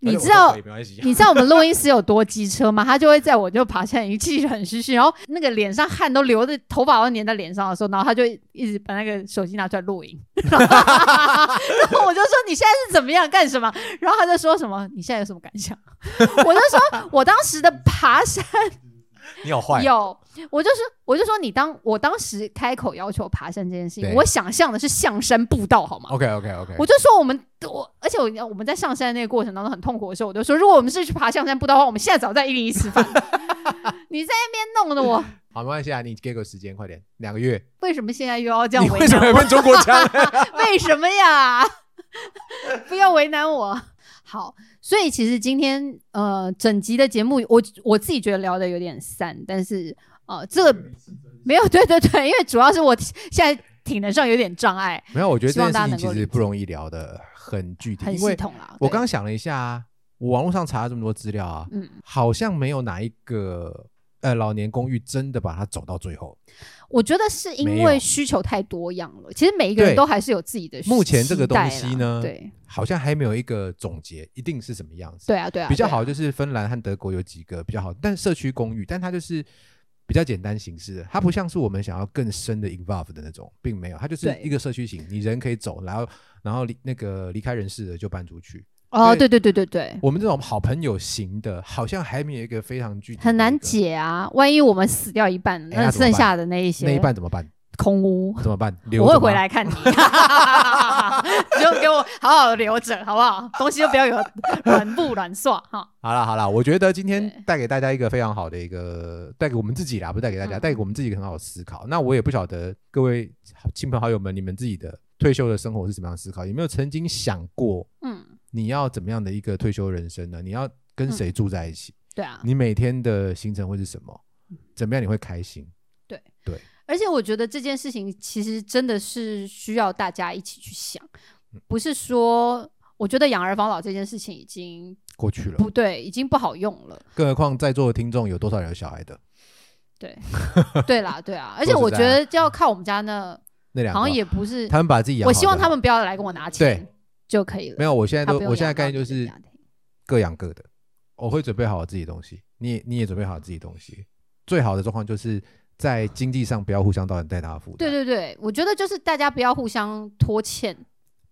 Speaker 2: 你知
Speaker 1: 哎我都
Speaker 2: 道
Speaker 1: 可以，没关系
Speaker 2: 你知道我们录音师有多机车吗？他就会在我就爬山，一气很吁吁，然后那个脸上汗都流的，头发都粘在脸上的时候，然后他就一直把那个手机拿出来录影。然后我就说你现在是怎么样干什么？然后他就说什么你现在有什么感想？我就说我当时的爬山
Speaker 1: 你好 坏，
Speaker 2: 有，我就是我就说你当我当时开口要求爬山这件事情，
Speaker 1: 对
Speaker 2: 我想象的是象山步道，好吗？
Speaker 1: OK OK OK，
Speaker 2: 我就说我们我，而且我我们在上山的那个过程当中很痛苦的时候，我就说，如果我们是去爬象山步道的话，我们现在早在一零一 吃饭了。你在那边弄的我，
Speaker 1: 好，没关系啊，你给个时间，快点，两个月，
Speaker 2: 为什么现在又要这样
Speaker 1: 你
Speaker 2: 为
Speaker 1: 为什么
Speaker 2: 难
Speaker 1: 要问中国腔？
Speaker 2: 我？为什么呀？ 不要为难我。好，所以其实今天呃，整集的节目，我我自己觉得聊的有点散，但是呃，这个
Speaker 1: 嗯
Speaker 2: 没有对对对，因为主要是我现在体能上有点障碍，
Speaker 1: 没有，我觉得
Speaker 2: 希
Speaker 1: 这
Speaker 2: 望
Speaker 1: 件
Speaker 2: 大家
Speaker 1: 事
Speaker 2: 能
Speaker 1: 情
Speaker 2: 够
Speaker 1: 其
Speaker 2: 理
Speaker 1: 实
Speaker 2: 解
Speaker 1: 不容易聊的很具体，
Speaker 2: 很
Speaker 1: 因
Speaker 2: 系
Speaker 1: 为
Speaker 2: 统啦。
Speaker 1: 我
Speaker 2: 对
Speaker 1: 刚刚想了一下啊，我网络上查了这么多资料啊，
Speaker 2: 嗯，
Speaker 1: 好像没有哪一个呃老年公寓真的把它走到最后。
Speaker 2: 我觉得是
Speaker 1: 没
Speaker 2: 因
Speaker 1: 有
Speaker 2: 为需求太多样了，其实每一个人
Speaker 1: 对
Speaker 2: 都还是有自己的期待啦。
Speaker 1: 目前这个东西呢
Speaker 2: 对
Speaker 1: 好像还没有一个总结，一定是什么样子。
Speaker 2: 对啊，对啊，
Speaker 1: 比较
Speaker 2: 对啊
Speaker 1: 好就是芬兰和德国有几个比较好，但社区公寓，但它就是比较简单形式的，它不像是我们想要更深的 involve 的那种，并没有，它就是
Speaker 2: 对
Speaker 1: 一个社区型，你人可以走，然后然后离那个离开人世了就搬出去。
Speaker 2: 哦，对
Speaker 1: 对
Speaker 2: 对对对对，
Speaker 1: 我们这种好朋友型的，好像还没有一个非常具体的
Speaker 2: 很难
Speaker 1: 一个。
Speaker 2: 解啊。万一我们死掉一半，
Speaker 1: 哎
Speaker 2: 那
Speaker 1: 那怎么
Speaker 2: 剩下的那一些
Speaker 1: 那一半怎么 办？
Speaker 2: 空屋，
Speaker 1: 怎么 办？留
Speaker 2: 我会
Speaker 1: 着
Speaker 2: 回
Speaker 1: 吗。
Speaker 2: 来看你，你就给我好好地留着，好不好？东西就不要有软布软刷哈。
Speaker 1: 好了好了，我觉得今
Speaker 2: 对
Speaker 1: 天带给大家一个非常好的一个，带给我们自己啦，不是带给大家，
Speaker 2: 嗯
Speaker 1: 带给我们自己一个很好的思考。那我也不晓得各位亲朋好友们，你们自己的退休的生活是怎么样的思考？有没有曾经想过
Speaker 2: 嗯，
Speaker 1: 你要怎么样的一个退休人生呢？你要跟谁住在一起？
Speaker 2: 对啊。
Speaker 1: 你每天的行程会是什么？怎么样你会开心？
Speaker 2: 而且我觉得这件事情其实真的是需要大家一起去想，不是说我觉得养儿防老这件事情已经
Speaker 1: 过去了，
Speaker 2: 不对，已经不好用 了。
Speaker 1: 更何况在座的听众有多少人有小孩的？
Speaker 2: 对，对啦，对啊，而且
Speaker 1: 说实
Speaker 2: 我觉
Speaker 1: 在
Speaker 2: 得要靠我们家那，
Speaker 1: 那两个
Speaker 2: 好像也不是，
Speaker 1: 他们把自己养好
Speaker 2: 我
Speaker 1: 就好。
Speaker 2: 希望他们不要来跟我拿钱
Speaker 1: 对
Speaker 2: 就可以了。
Speaker 1: 没有，我现在
Speaker 2: 他
Speaker 1: 都
Speaker 2: 不用
Speaker 1: 我现在
Speaker 2: 养
Speaker 1: 概
Speaker 2: 到
Speaker 1: 念就
Speaker 2: 你的
Speaker 1: 是
Speaker 2: 家庭
Speaker 1: 各养各的，我会准备好我自己的东西，你也你也准备好自己的东西。最好的状况就是在经济上不要互相造成太大的负担，
Speaker 2: 对对对，我觉得就是大家不要互相拖欠，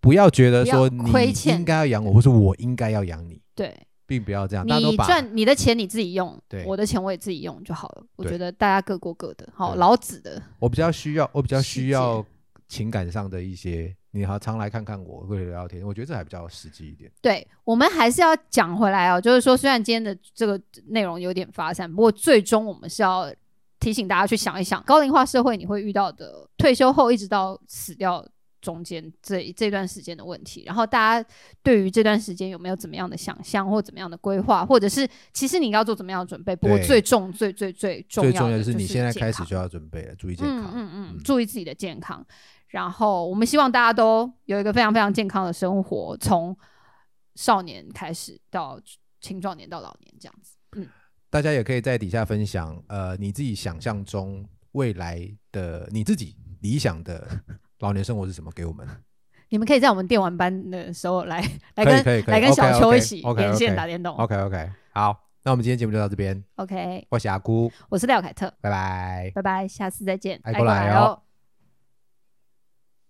Speaker 1: 不要觉得说
Speaker 2: 不
Speaker 1: 你
Speaker 2: 要亏欠
Speaker 1: 应该要养我，或是我应该要养你，
Speaker 2: 对
Speaker 1: 并不要这样。啊大家都
Speaker 2: 你
Speaker 1: 把
Speaker 2: 赚你的钱你自己用
Speaker 1: 对，
Speaker 2: 我的钱我也自己用就好了。我
Speaker 1: 对
Speaker 2: 觉得大家各过各的，好
Speaker 1: 对
Speaker 2: 老子的，
Speaker 1: 我比较需要，我比较
Speaker 2: 世
Speaker 1: 需
Speaker 2: 界
Speaker 1: 要情感上的一些，你好常来看看我，或者聊聊天，我觉得这还比较实际一点。
Speaker 2: 对我们还是要讲回来哦，就是说虽然今天的这个内容有点发散，不过最终我们是要提醒大家去想一想，高龄化社会你会遇到的退休后一直到死掉中间这这段时间的问题，然后大家对于这段时间有没有怎么样的想象或怎么样的规划，或者是其实你要做怎么样的准备？不过
Speaker 1: 对
Speaker 2: 最重最最最重
Speaker 1: 最
Speaker 2: 要的
Speaker 1: 重要的
Speaker 2: 就是
Speaker 1: 你现在
Speaker 2: 健
Speaker 1: 开
Speaker 2: 康
Speaker 1: 始就要准备了，注意健
Speaker 2: 嗯
Speaker 1: 康。
Speaker 2: 嗯嗯，
Speaker 1: 嗯
Speaker 2: 注意自己的健康。然后我们希望大家都有一个非常非常健康的生活，从少年开始到青壮年到老年这样子。
Speaker 1: 大家也可以在底下分享，呃，你自己想象中未来的你自己理想的老年生活是什么？给我们。
Speaker 2: 你们可以在我们电玩班的时候 来来
Speaker 1: 可以
Speaker 2: 跟
Speaker 1: 可以可以
Speaker 2: 来跟小
Speaker 1: OK，OK，
Speaker 2: 秋一起
Speaker 1: OK，OK
Speaker 2: 连线打电动。
Speaker 1: OK OK，好，那我们今天节目就到这边。
Speaker 2: OK，
Speaker 1: 我是阿姑，
Speaker 2: 我是廖凯特，
Speaker 1: 拜拜。
Speaker 2: 拜拜，下次再见，
Speaker 1: 爱
Speaker 2: 爱
Speaker 1: 过来哦
Speaker 2: 哦。